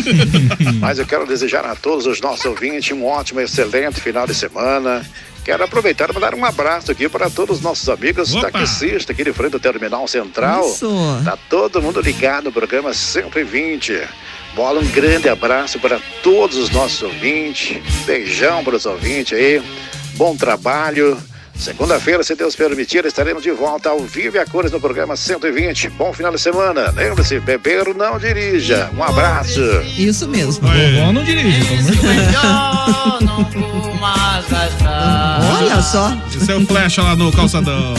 Speaker 13: Mas eu quero desejar a todos os nossos ouvintes um ótimo, excelente final de semana. Quero aproveitar e mandar um abraço aqui para todos os nossos amigos taxistas aqui de frente do Terminal Central.
Speaker 8: Isso.
Speaker 13: Tá todo mundo ligado no programa 120. Bola, um grande abraço para todos os nossos ouvintes. Beijão para os ouvintes aí. Bom trabalho. Segunda-feira, se Deus permitir, estaremos de volta ao vivo e a cores no programa 120. Bom final de semana. Lembre-se, beber não dirija. Um abraço.
Speaker 8: Isso mesmo.
Speaker 7: Vovó não dirige, pelo amor de
Speaker 8: Olha só.
Speaker 2: Esse é o flecha lá no calçadão.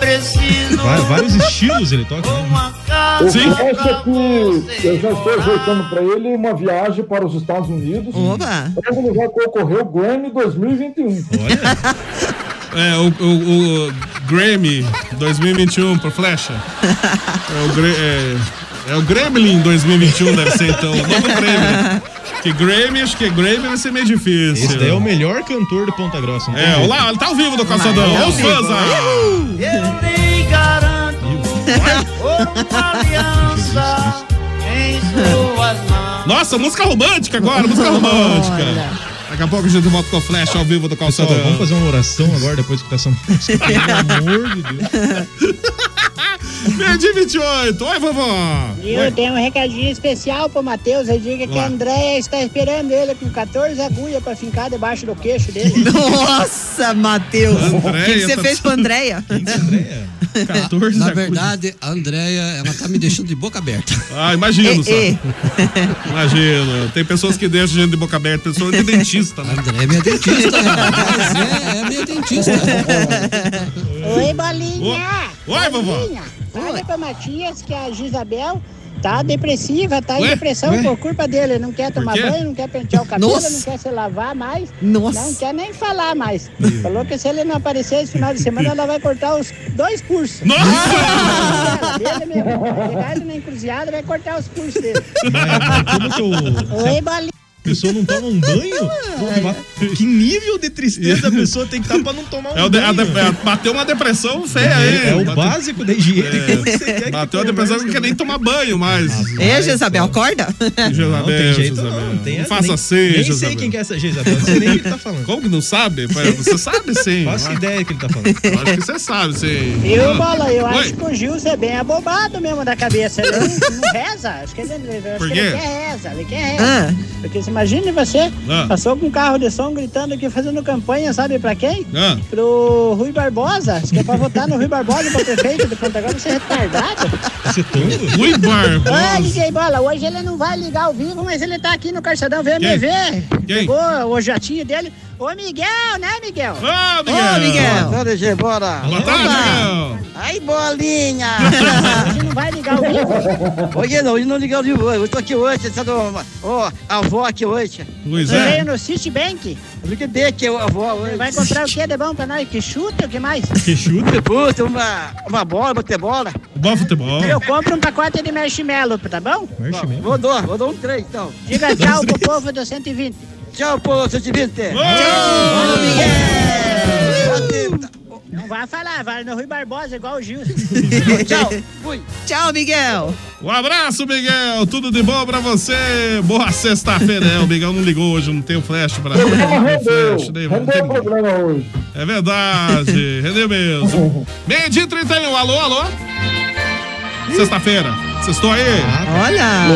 Speaker 7: Deus. Vai- Vários estilos ele toca. né?
Speaker 9: O
Speaker 7: Sim.
Speaker 9: resto é que eu já estou ajeitando para ele uma viagem para os Estados Unidos. Para ele vai concorrer o Grammy 2021.
Speaker 2: É, o, o- o Grammy 2021 pro Flecha. É o, Gra- é, é o Gremlin 2021, deve ser então. O novo Gremlin. Que Grammy, acho que é Grammy vai ser meio difícil.
Speaker 7: Esse daí é o melhor cantor do Ponta Grossa. não tem
Speaker 2: É,
Speaker 7: jeito.
Speaker 2: olá, ele tá ao vivo do calçadão. Olha os fãs aí.
Speaker 1: Eu nem garanto uma aliança em suas mãos.
Speaker 2: Nossa, música romântica agora, música romântica. Daqui a pouco a gente volta com o Flecha ao vivo do
Speaker 7: Pessoal,
Speaker 2: calçadão.
Speaker 7: vamos fazer uma oração agora depois de escutar essa música. Pelo amor de Deus.
Speaker 2: Meio dia 28. Oi, vovó.
Speaker 10: E eu tenho um recadinho especial pro Matheus. Ele diga que
Speaker 2: Lá.
Speaker 10: a Andréia está esperando ele com 14 agulhas pra fincar debaixo do queixo dele.
Speaker 8: Nossa, Matheus. O que, que
Speaker 6: Andréia
Speaker 8: você
Speaker 6: tá-
Speaker 8: fez com a Andréia?
Speaker 6: Na verdade, a Andréia, ela tá me deixando de boca aberta.
Speaker 2: Ah, imagino,
Speaker 6: É, é.
Speaker 2: sabe? Imagino. Tem pessoas que deixam gente de boca aberta, pessoas de dentista, né?
Speaker 6: André é minha dentista, é, é minha dentista.
Speaker 10: Oi, Bolinha!
Speaker 2: Oi, vovó.
Speaker 10: Bolinha, Fala pra Matias que é a Gisabel tá depressiva, tá em
Speaker 2: Ué?
Speaker 10: depressão
Speaker 2: Ué?
Speaker 10: por culpa dele. Não quer tomar
Speaker 2: quê?
Speaker 10: banho, não quer pentear o cabelo,
Speaker 8: Nossa.
Speaker 10: não quer se lavar mais,
Speaker 8: Nossa.
Speaker 10: não quer nem falar mais. Falou que se ele não aparecer esse final de semana, ela vai cortar os dois cursos.
Speaker 2: Nossa!
Speaker 10: Ele mesmo, pegar ele na encruzilhada, vai cortar os cursos dele.
Speaker 7: Como que eu. se
Speaker 10: Oi,
Speaker 7: a
Speaker 10: Bolinha!
Speaker 7: pessoa não toma um banho?
Speaker 8: É.
Speaker 7: pô, que nível de tristeza a pessoa tem que estar pra não tomar um
Speaker 2: É o de-
Speaker 7: banho?
Speaker 2: a de- é, bateu uma depressão feia
Speaker 7: É,
Speaker 2: aí.
Speaker 7: é o
Speaker 2: Bateu-
Speaker 7: básico da higiene. Como que você quer
Speaker 2: É,
Speaker 7: que
Speaker 2: bateu a depressão que não quer nem tomar banho mais.
Speaker 8: É, Jezabel, acorda.
Speaker 2: Jezabel,
Speaker 7: tem jeito
Speaker 2: Jezabel.
Speaker 7: não, tem
Speaker 2: Não
Speaker 7: essa,
Speaker 2: faça
Speaker 7: nem-
Speaker 2: assim,
Speaker 7: nem sei
Speaker 2: Jezabel.
Speaker 7: quem que é essa Jezabel, não sei nem o que tá falando.
Speaker 2: Como que não sabe? Pai, Você sabe sim. né?
Speaker 7: Faço
Speaker 2: Eu
Speaker 7: ideia que ele tá falando.
Speaker 2: Acho que você sabe sim. Ah.
Speaker 10: Viu, Bola? Eu
Speaker 2: Oi.
Speaker 10: acho que o Gilson é bem abobado mesmo da cabeça. Ele não, não reza. Acho que ele, ele- acho
Speaker 2: Por
Speaker 10: que ele
Speaker 2: quê?
Speaker 10: quer reza. Ele quer reza. Porque se imagine você
Speaker 2: É. Ah.
Speaker 10: passou com um carro de som gritando aqui, fazendo campanha, sabe pra quem?
Speaker 2: Ah.
Speaker 10: Pro Rui Barbosa. Acho que é pra votar no Rui Barbosa pra prefeito de Ponta Grossa. Você é retardado.
Speaker 2: Rui
Speaker 10: Ah,
Speaker 2: Barbosa.
Speaker 10: DJ Bola, hoje ele não vai ligar ao vivo, mas ele tá aqui no Carçadão VMV.
Speaker 2: Quem?
Speaker 10: Pegou o jatinho dele. Ô, Miguel, né, Miguel?
Speaker 2: Ô,
Speaker 1: Miguel. Ô, Miguel.
Speaker 10: Boa tarde, DJ Bola.
Speaker 1: Boa tarde, Miguel.
Speaker 10: Ai, Bolinha. hoje não vai ligar ao vivo.
Speaker 1: Hoje não, hoje não ligou de hoje. Eu tô aqui hoje, tá essa do, ó, a avó aqui hoje.
Speaker 2: Pois
Speaker 10: Você
Speaker 2: é.
Speaker 10: veio no Citibank?
Speaker 1: Eu que dei aqui a avó hoje.
Speaker 10: Vai comprar o que de bom pra nós? Que chuta, o que mais?
Speaker 2: Que chuta.
Speaker 1: Puta, uma, uma bola, bater bola.
Speaker 2: Bom futebol.
Speaker 10: Eu compro um pacote de marshmallow, tá bom?
Speaker 1: Bom, Vou dar, vou dar um três então.
Speaker 10: Diga tchau pro povo do 120.
Speaker 1: Tchau, povo, seu Divinte.
Speaker 10: Não vai falar, vai no Rui Barbosa, igual o Gilson.
Speaker 1: Tchau.
Speaker 8: Tchau, Miguel.
Speaker 2: Um abraço, Miguel. Tudo de bom pra você. Boa sexta-feira. É, o Miguel não ligou hoje, não tem o flash pra né?
Speaker 9: Ele não
Speaker 2: Não tem
Speaker 9: rendeu.
Speaker 2: flash, nem- não
Speaker 9: Rendeu o
Speaker 2: tem-
Speaker 9: programa hoje.
Speaker 2: É verdade. Rendeu mesmo. Meio dia e 31. Alô, alô? Sexta-feira. Vocês estão aí?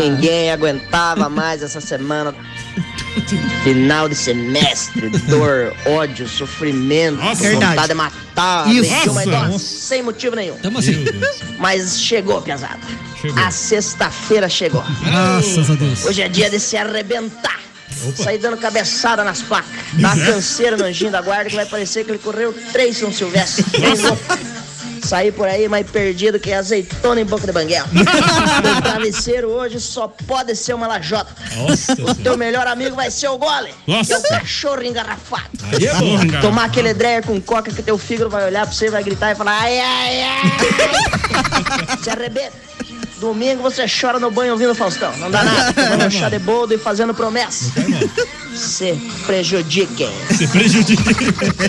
Speaker 14: Ninguém aguentava mais essa semana. Final de semestre, dor, ódio, sofrimento,
Speaker 1: Nossa.
Speaker 14: vontade
Speaker 1: Verdade.
Speaker 14: de matar,
Speaker 1: Isso.
Speaker 14: mexer uma
Speaker 1: Nossa.
Speaker 14: idosa,
Speaker 1: Nossa.
Speaker 14: sem motivo nenhum.
Speaker 6: Tamo assim. Meu
Speaker 14: Mas chegou, pesada.
Speaker 6: Chegou.
Speaker 14: A sexta-feira chegou.
Speaker 6: Graças a Deus.
Speaker 14: Hoje é dia de se arrebentar. Sair dando cabeçada nas placas. Dá canseira no anjinho da guarda que vai parecer que ele correu três São Silvestre. Sair por aí mais perdido que azeitona em boca de banguela. Meu travesseiro hoje só pode ser uma lajota. o teu melhor amigo vai ser o gole.
Speaker 1: Nossa.
Speaker 14: Que é o cachorro engarrafado.
Speaker 1: Aí é bom, cara.
Speaker 14: Tomar aquele dreyer com coca que teu fígado vai olhar pra você, vai gritar e falar ai, ai, ai. Se arrebenta. Domingo você chora no banho ouvindo Faustão. Não dá nada. Tomando um chá de boldo e fazendo promessa. Se prejudiquem.
Speaker 15: Se prejudiquem.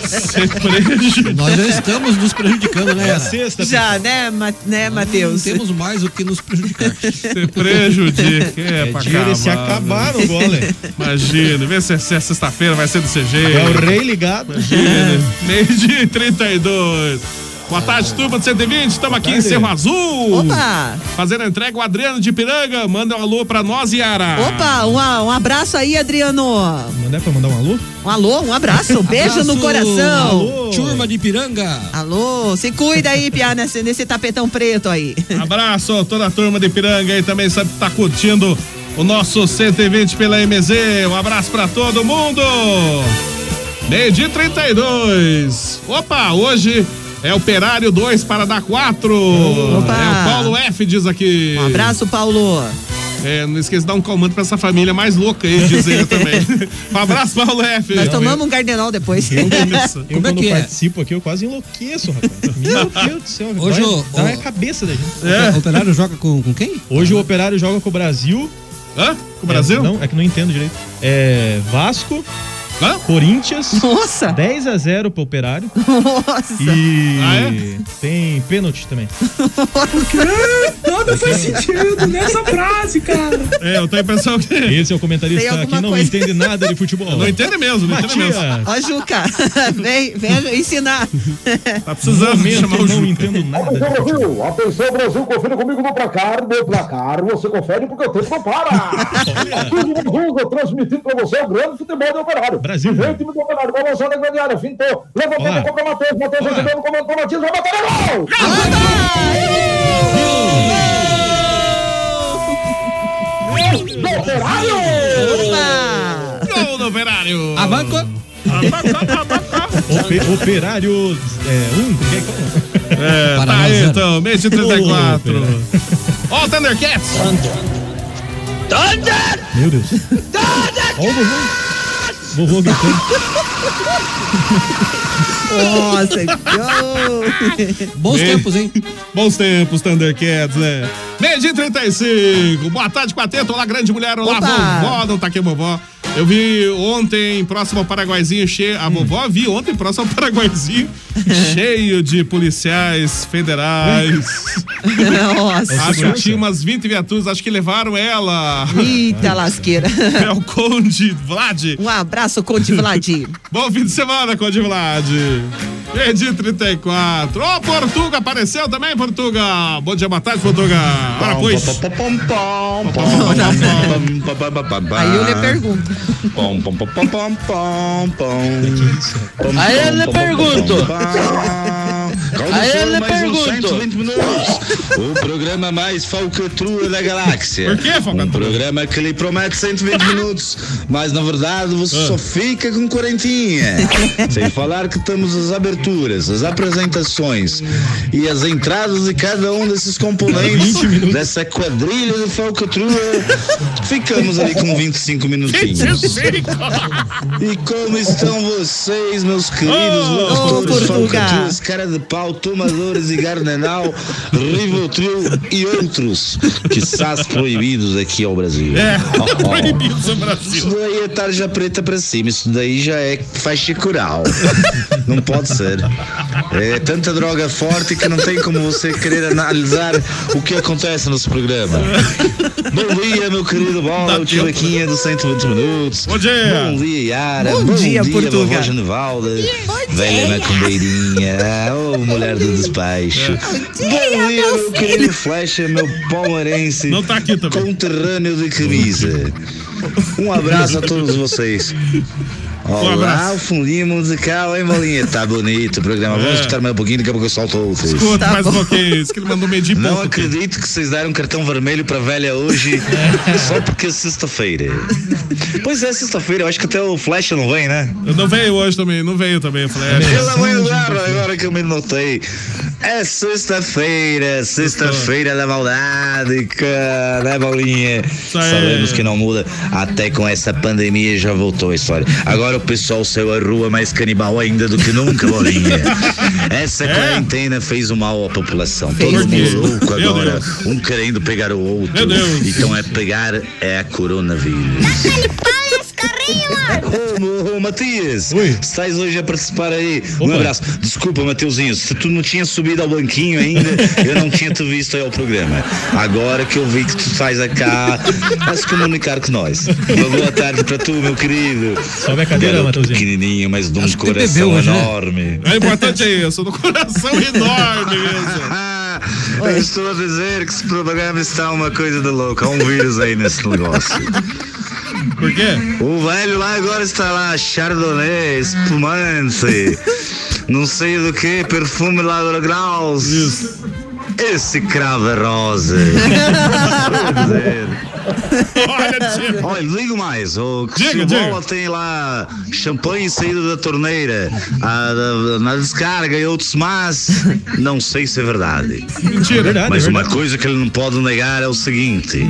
Speaker 15: Se prejudiquem. Nós já estamos nos prejudicando,
Speaker 7: É
Speaker 15: né? Ana?
Speaker 8: Já, né, Ma né Matheus?
Speaker 15: Não temos mais o que nos prejudicar.
Speaker 2: Se prejudica. É, pra
Speaker 7: dinheiro,
Speaker 2: acabar,
Speaker 7: se acabar
Speaker 2: né?
Speaker 7: no gole.
Speaker 2: Imagina, vê se é se é sexta-feira, vai ser do CG.
Speaker 7: É o rei ligado.
Speaker 2: Imagina. Meio-dia e 32. Boa tarde, turma do 120. Estamos aqui em
Speaker 7: tarde.
Speaker 2: Cerro Azul.
Speaker 8: Opa!
Speaker 2: Fazendo a entrega, o Adriano de Piranga. Manda um alô pra nós, Yara.
Speaker 8: Opa, um, a- um abraço aí, Adriano.
Speaker 7: Não é pra mandar um alô?
Speaker 8: Um alô, um abraço, um beijo no
Speaker 15: Abraço.
Speaker 8: coração.
Speaker 15: Alô. Turma de Piranga.
Speaker 8: Alô, se cuida aí, Piá, nesse, nesse tapetão preto aí.
Speaker 2: Abraço a toda a turma de Piranga aí também, sabe, que tá curtindo o nosso 120 pela MZ. Um abraço pra todo mundo. Meio dia 32. Opa, hoje é Operário 2 para dar 4. É o Paulo F diz aqui. Um
Speaker 8: abraço, Paulo.
Speaker 2: É, não esqueça de dar um comando pra essa família mais louca aí, diz ele também. Um abraço, Paulo F.
Speaker 8: Nós tomamos um cardenal depois.
Speaker 7: Eu,
Speaker 2: Isso.
Speaker 7: eu
Speaker 2: Como é
Speaker 7: quando
Speaker 2: que é?
Speaker 7: participo aqui, eu quase enlouqueço, rapaz. Meu Deus do céu,
Speaker 15: Hoje
Speaker 7: vai,
Speaker 15: o-
Speaker 7: dá
Speaker 15: o-
Speaker 7: a cabeça da gente.
Speaker 2: É.
Speaker 15: O Operário joga com, com quem?
Speaker 7: Hoje o Operário joga com o Brasil.
Speaker 2: Hã? Com
Speaker 7: o Brasil? não, é que não entendo direito. É Vasco. Corinthians.
Speaker 8: Nossa!
Speaker 7: 10 a 0 pro Operário.
Speaker 8: Nossa!
Speaker 7: E
Speaker 2: Ah,
Speaker 7: tem pênalti também.
Speaker 16: Nada faz sentido nessa frase, cara.
Speaker 2: É, eu tô pensando que.
Speaker 7: Esse é o
Speaker 8: Tem
Speaker 7: comentarista
Speaker 8: alguma
Speaker 7: que não
Speaker 8: coisa.
Speaker 7: entende nada de futebol.
Speaker 2: Não entende mesmo, não entende
Speaker 15: É.
Speaker 2: mesmo.
Speaker 7: Matias.
Speaker 8: Ó, Juca, vem, vem ensinar.
Speaker 2: Tá precisando chamar o Juca.
Speaker 9: Atenção, Brasil! Atenção, Brasil! Confira comigo no placar, meu placar. Você confere porque o tempo não para! Aqui no Brasil, transmitindo pra você o grande futebol do Operário. Brasil! Vem o time do Operário, vai lançar na grande área, fintou. Levantou, tocou pra Matheus, Matheus recebeu no comando, Matheus, vai bater no gol! Do Operário!
Speaker 2: Gol do Operário!
Speaker 15: Avanco!
Speaker 2: Ah, tá,
Speaker 7: Ope- operário 1.
Speaker 2: É, tá aí então, mês de 34. Ó o Thundercats!
Speaker 16: Thunder!
Speaker 7: Meu Deus. Ó o vovô. Vovô gritando.
Speaker 8: Nossa, que
Speaker 15: Bons tempos, hein?
Speaker 2: Bons tempos, Thundercats, né? Meio de 35. Boa tarde, Quarteto. Olá, grande mulher. Olá,
Speaker 16: Opa!
Speaker 2: vovó. Não tá aqui, vovó. Eu vi ontem, próximo ao Paraguaizinho, cheio. A vovó vi ontem, próximo ao Paraguaizinho, cheio de policiais federais.
Speaker 8: Nossa.
Speaker 2: Acho que tinha umas 20 viaturas, acho que levaram ela.
Speaker 8: Eita lasqueira.
Speaker 2: É o Conde Vlad.
Speaker 8: Um abraço, Conde Vlad.
Speaker 2: Bom fim de semana, Conde Vlad. Perdi 34. Ó, Portuga apareceu também, Portuga. Bom dia, boa tarde, Portuga. Ora, pois.
Speaker 16: Aí eu lhe
Speaker 8: pergunto.
Speaker 16: Pom, pom, pom, pom, pom, pom, pom. Aí eu lhe pergunto. Aí eu lhe pergunto. O programa mais falcatrua da galáxia.
Speaker 2: Por que, falcatrua?
Speaker 16: Um programa que lhe promete 120 minutos, mas na verdade você
Speaker 2: Ah.
Speaker 16: só fica com quarentinha. Sem falar que temos as aberturas, as apresentações e as entradas de cada um desses componentes dessa quadrilha de falcatrua. Ficamos ali com 25 minutinhos. E como estão vocês, meus queridos
Speaker 8: Oh,
Speaker 16: locutores,
Speaker 8: oh, Portuga.
Speaker 16: falcatruas, cara de pau, tomadores de gardenal, rivotril e outros, que sás proibidos aqui ao Brasil.
Speaker 2: É,
Speaker 16: Oh, oh.
Speaker 2: proibidos no Brasil.
Speaker 16: Isso daí é tarja preta pra cima, isso daí já é faixa coral. Não pode ser. É tanta droga forte que não tem como você querer analisar o que acontece nesse programa. Bom dia, meu querido Bola, o Tibaquinha do 120 Minutos.
Speaker 2: né? Bom dia.
Speaker 16: Bom dia, Yara.
Speaker 8: Bom dia, Portugal.
Speaker 16: vovó Genivalda. Velha macumbeirinha. Ô, mulher do despacho.
Speaker 2: É.
Speaker 16: Bom dia, meu querido Flecha, meu palmarense. Não
Speaker 2: tá aqui também.
Speaker 16: Conterrâneo de camisa. Um abraço a todos vocês.
Speaker 2: Um
Speaker 16: Olá,
Speaker 2: abraço.
Speaker 16: o fundinho musical, hein, Bolinha? Tá bonito o programa. Vamos
Speaker 2: É.
Speaker 16: escutar mais um pouquinho, daqui a pouco eu solto outros.
Speaker 2: Escuta mais um pouquinho. Isso que ele mandou medir
Speaker 16: Não acredito que vocês deram um cartão vermelho pra velha hoje só porque é sexta-feira. Pois é, sexta-feira, eu acho que até o Flash não vem, né?
Speaker 2: é, Eu não veio hoje também, não veio também, Flash.
Speaker 16: Pela manhã, agora que eu me notei. É sexta-feira, sexta-feira da maldade, cara, né, Bolinha? Sabemos que não muda, até com essa pandemia já voltou a história. Agora o pessoal saiu à rua mais canibal ainda do que nunca, Bolinha. Essa quarentena fez o mal à população.
Speaker 1: É? Fez
Speaker 16: Todo mundo
Speaker 1: mesmo.
Speaker 16: louco
Speaker 1: Meu
Speaker 16: agora, um querendo pegar o outro. Então é pegar é a coronavírus. Ô, ô, Matias, estás hoje a participar aí. Um abraço. Desculpa, Mateuzinho, se tu não tinha subido ao banquinho ainda, eu não tinha te visto aí ao programa. Agora que eu vi que tu estás a cá, a se comunicar com nós. Uma boa tarde para tu, meu querido.
Speaker 7: Sobe a cadeira, Mateuzinho.
Speaker 16: Pequenininho, mas de um
Speaker 7: tem
Speaker 16: coração
Speaker 7: bebeu hoje, né?
Speaker 16: enorme.
Speaker 2: O importante é isso, do coração enorme mesmo.
Speaker 16: Eu estou a dizer que esse programa está uma coisa de louco. Há um vírus aí nesse negócio.
Speaker 2: Por quê?
Speaker 16: O velho lá agora está lá, chardonnay, espumante, não sei do que, perfume Laura Graus. Esse cravo é rosa. Estou a dizer. Olha, digo mais, o
Speaker 1: Diga,
Speaker 16: Silvola tem lá champanhe saído da torneira, a- da- na descarga e outros mais. Não sei se é verdade.
Speaker 1: Mentira. É Verdade,
Speaker 16: Mas uma
Speaker 1: verdade. Ah.
Speaker 16: coisa que ele não pode negar é o seguinte: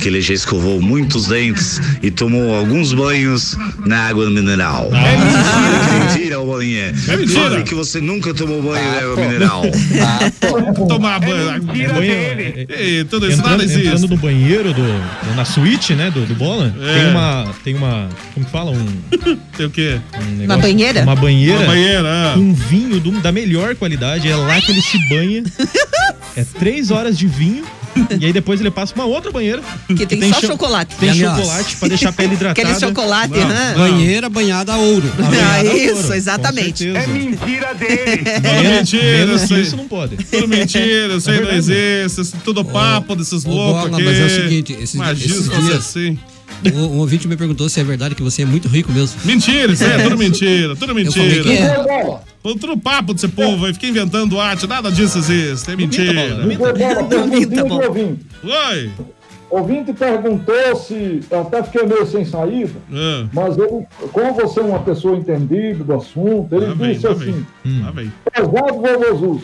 Speaker 16: que ele já escovou muitos dentes e tomou alguns banhos na água mineral.
Speaker 1: Ah.
Speaker 16: É mentira, ô bolinha. É
Speaker 1: mentira.
Speaker 16: Fale que você nunca tomou banho
Speaker 1: Ah,
Speaker 16: na água mineral.
Speaker 8: É
Speaker 2: Tomar banho.
Speaker 7: banho
Speaker 2: Ei, É tudo isso
Speaker 7: É entrando,
Speaker 2: nada existe.
Speaker 7: entrando no banheiro do, na suíte, né, do, do Bola,
Speaker 2: É.
Speaker 7: tem uma, tem uma, como que fala? Um,
Speaker 2: Tem o quê?
Speaker 6: Um
Speaker 7: negócio-
Speaker 8: banheira?
Speaker 7: Uma banheira.
Speaker 2: Uma banheira, é.
Speaker 7: Com um vinho do- da melhor qualidade. É lá que ele se banha. É três horas de vinho. E aí depois ele passa pra uma outra banheira.
Speaker 8: Que tem só
Speaker 7: cho-
Speaker 8: chocolate.
Speaker 7: Tem
Speaker 8: Aliás.
Speaker 7: chocolate pra deixar a pele hidratada.
Speaker 8: Aquele chocolate,
Speaker 7: Não,
Speaker 8: né?
Speaker 7: não.
Speaker 6: Banheira Tá banhada a ouro.
Speaker 8: Ah, isso, exatamente. É.
Speaker 7: É
Speaker 8: mentira
Speaker 2: Tudo
Speaker 8: dele.
Speaker 2: mentira,
Speaker 7: menos
Speaker 2: isso aí.
Speaker 7: isso não pode.
Speaker 2: Tudo mentira, isso aí
Speaker 6: É
Speaker 2: não
Speaker 6: verdade.
Speaker 2: existe. isso é Tudo papo desses
Speaker 6: Ô,
Speaker 2: loucos
Speaker 6: Bola,
Speaker 2: aqui.
Speaker 6: Mas é o seguinte, esses, esses
Speaker 2: Magista,
Speaker 6: dias,
Speaker 2: assim.
Speaker 6: um, um ouvinte me perguntou se é verdade que você é muito rico mesmo.
Speaker 2: Mentira, isso aí é tudo mentira, tudo mentira.
Speaker 6: Eu falei que é.
Speaker 2: Outro papo desse povo aí, fica inventando arte, nada disso existe, é mentira. tá
Speaker 9: Ouvinte, ouvinte.
Speaker 2: Oi.
Speaker 9: Ouvinte perguntou se. Eu até fiquei meio sem saída,
Speaker 2: Ah,
Speaker 9: mas ele, como você é uma pessoa entendida do assunto, ele
Speaker 2: Lá vem,
Speaker 9: disse
Speaker 2: lá
Speaker 9: assim.
Speaker 2: vem. lá vem.
Speaker 9: Prezado vovô Zuz,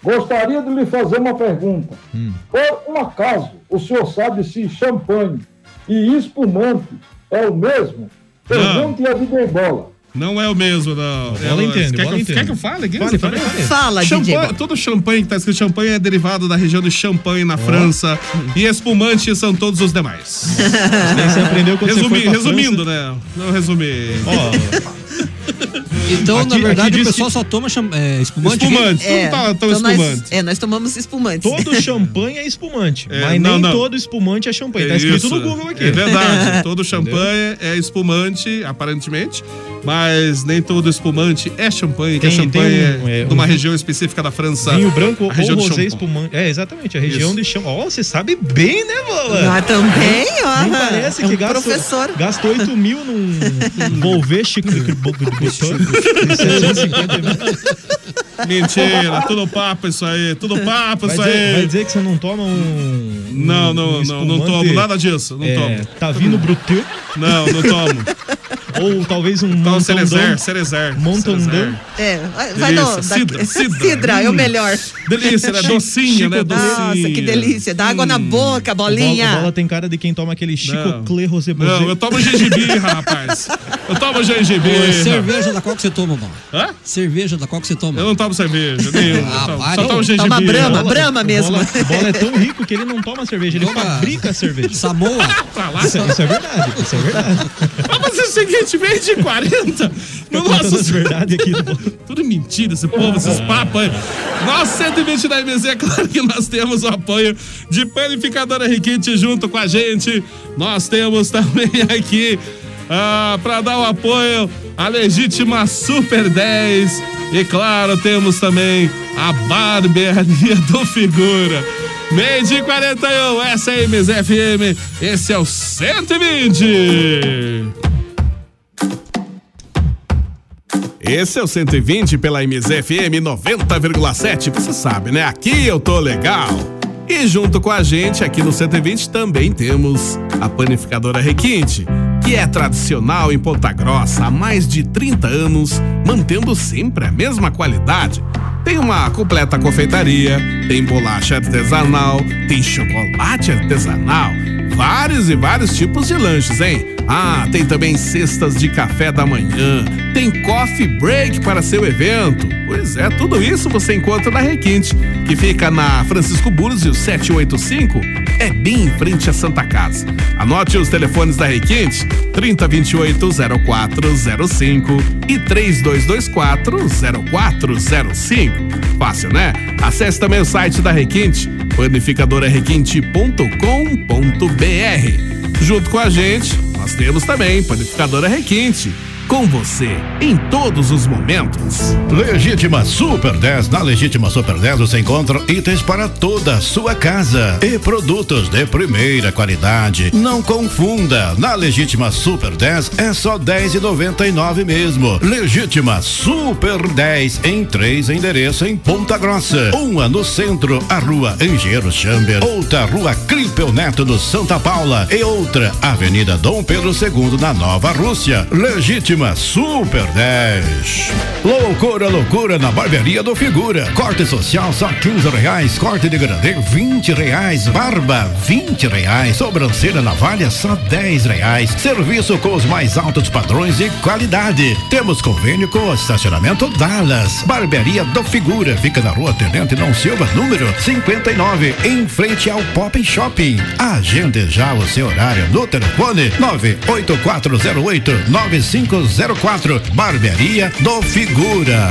Speaker 9: gostaria de lhe fazer uma pergunta.
Speaker 2: Hum.
Speaker 9: Por um acaso, o senhor sabe se champanhe e espumante é o mesmo? Pergunte a vida em bola.
Speaker 2: Não é o mesmo, não.
Speaker 7: Bola
Speaker 2: É,
Speaker 7: entende,
Speaker 2: quer,
Speaker 7: bola
Speaker 2: que eu,
Speaker 7: entende.
Speaker 2: quer que eu fale? aqui?
Speaker 7: Fale, fale, fale. Fala,
Speaker 2: champanhe,
Speaker 7: DJ Bola.
Speaker 2: Todo champanhe que tá escrito champanhe é derivado da região de Champanhe, na França. E espumantes são todos os demais.
Speaker 7: Você aprendeu quando você
Speaker 2: Resumi,
Speaker 7: foi pra
Speaker 2: resumindo, né? Não resumir.
Speaker 6: Então,
Speaker 2: Aqui-
Speaker 6: na
Speaker 2: aqui
Speaker 6: verdade, o
Speaker 2: diz
Speaker 6: pessoal só toma cham- é, espumante.
Speaker 2: Espumante, tá
Speaker 6: aqui?
Speaker 8: Nós, é, nós tomamos espumante.
Speaker 7: Todo champanhe é espumante.
Speaker 2: É,
Speaker 7: mas
Speaker 2: não,
Speaker 7: nem
Speaker 2: não.
Speaker 7: todo espumante é champanhe. tá
Speaker 2: É
Speaker 7: escrito
Speaker 2: isso.
Speaker 7: no Google aqui.
Speaker 2: É verdade. Todo champanhe é espumante, aparentemente. Mas nem todo espumante é champanhe, que é
Speaker 7: Tem-
Speaker 2: champanhe
Speaker 7: tem um,
Speaker 2: é
Speaker 7: é,
Speaker 2: de uma
Speaker 7: um-
Speaker 2: região específica da França.
Speaker 7: Vinho branco ou
Speaker 2: a região de
Speaker 7: rosé
Speaker 2: Champon.
Speaker 7: espumante. É, exatamente. A região
Speaker 2: Isso.
Speaker 7: de chão. Ó, você sabe bem, né, Bola?
Speaker 8: Ah, também, ó.
Speaker 7: Nem parece
Speaker 8: É
Speaker 7: que
Speaker 8: um
Speaker 7: gastou,
Speaker 8: professor.
Speaker 7: gastou 8 mil num envolver chico de
Speaker 2: Mentira, tudo papo isso aí, tudo papo
Speaker 7: Vai
Speaker 2: isso
Speaker 7: dizer, vai
Speaker 2: aí.
Speaker 7: dizer que você não toma um.
Speaker 2: Não,
Speaker 7: um
Speaker 2: não, não, não
Speaker 7: espumante,
Speaker 2: tomo nada disso, não
Speaker 7: é,
Speaker 2: tomo.
Speaker 7: Tá vindo bruteu?
Speaker 2: Não, não tomo.
Speaker 7: Ou talvez um
Speaker 2: Então,
Speaker 7: montandão.
Speaker 2: Cerezer, Cerezer.
Speaker 7: Montandão.
Speaker 8: É, vai- vai no.
Speaker 7: Delícia, sidra, sidra.
Speaker 8: Sidra, é o
Speaker 7: Hum.
Speaker 8: melhor.
Speaker 2: Delícia, né? Docinha, né?
Speaker 8: Nossa,
Speaker 2: Docinha.
Speaker 8: que delícia. Dá água na
Speaker 15: Hum.
Speaker 8: boca,
Speaker 7: O
Speaker 8: bolinha.
Speaker 7: Bola tem cara de quem toma aquele
Speaker 2: Não.
Speaker 7: chicoclé rosé
Speaker 2: Não, eu tomo gengibre, rapaz. Eu tomo gengibre.
Speaker 6: Ô,
Speaker 2: rapaz.
Speaker 6: cerveja da qual que você toma, mano?
Speaker 2: Hã?
Speaker 6: Cerveja da qual que você toma? Eu
Speaker 2: não tomo cerveja, nenhuma.
Speaker 6: Ah,
Speaker 2: Eu tomo-
Speaker 6: vai.
Speaker 2: só tomo gengibre.
Speaker 6: Toma
Speaker 2: Brahma,
Speaker 8: Brahma mesmo.
Speaker 7: Bola, bola é tão rico que ele não toma cerveja, ele fabrica cerveja.
Speaker 6: Samoa.
Speaker 7: Isso, é- isso é verdade, isso é verdade.
Speaker 2: Vamos fazer o seguinte, meio é de 40. No nosso...
Speaker 7: as verdades aqui do
Speaker 2: Tudo mentira, esse povo, esses papos aí. Nós, 120 da MZ, é claro que nós temos o apoio de Panificadora Riquite junto com a gente. Nós temos também aqui, para dar o apoio, a legítima Super 10. E claro, temos também a barbearia do Figura. Meio de 41, essa é a MZFM, esse é o 120. Esse é o 120 pela MZFM 90,7. Você sabe, né? Aqui eu tô legal. E junto com a gente, aqui no 120, também temos a panificadora Requinte, que é tradicional em Ponta Grossa há mais de 30 anos, mantendo sempre a mesma qualidade. Tem uma completa confeitaria, tem bolacha artesanal, tem chocolate artesanal, vários e vários tipos de lanches, hein? Ah, tem também cestas de café da manhã, tem coffee break para seu evento. Pois é, tudo isso você encontra na Requinte, que fica na Francisco Búzios 785, é bem em frente à Santa Casa. Anote os telefones da Requinte: 3028-0405 e 3224-0405. Fácil, né? Acesse também o site da Requinte, panificadorarequinte.com.br. Junto com a gente, nós temos também Panificadora Requinte. Com você em todos os momentos.
Speaker 17: Legítima Super 10. Na Legítima Super 10 você encontra itens para toda a sua casa e produtos de primeira qualidade. Não confunda. Na Legítima Super 10 é só 10 e mesmo. Legítima Super 10 em três endereços em Ponta Grossa. Uma no centro, a rua Engenheiro Chamber, outra rua Clipeu Neto no Santa Paula e outra Avenida Dom Pedro II na Nova Rússia. Legítima Super 10. Loucura, loucura na barbearia do Figura. Corte social só 15 reais, corte de grande 20 reais, barba 20 reais, sobrancelha navalha só 10 reais. Serviço com os mais altos padrões e qualidade. Temos convênio com o estacionamento Dallas. Barbearia do Figura fica na rua Tenente Não Silva, número 59, em frente ao Pop Shopping. Agende já o seu horário no telefone 98408-9504. Barbearia do Figura.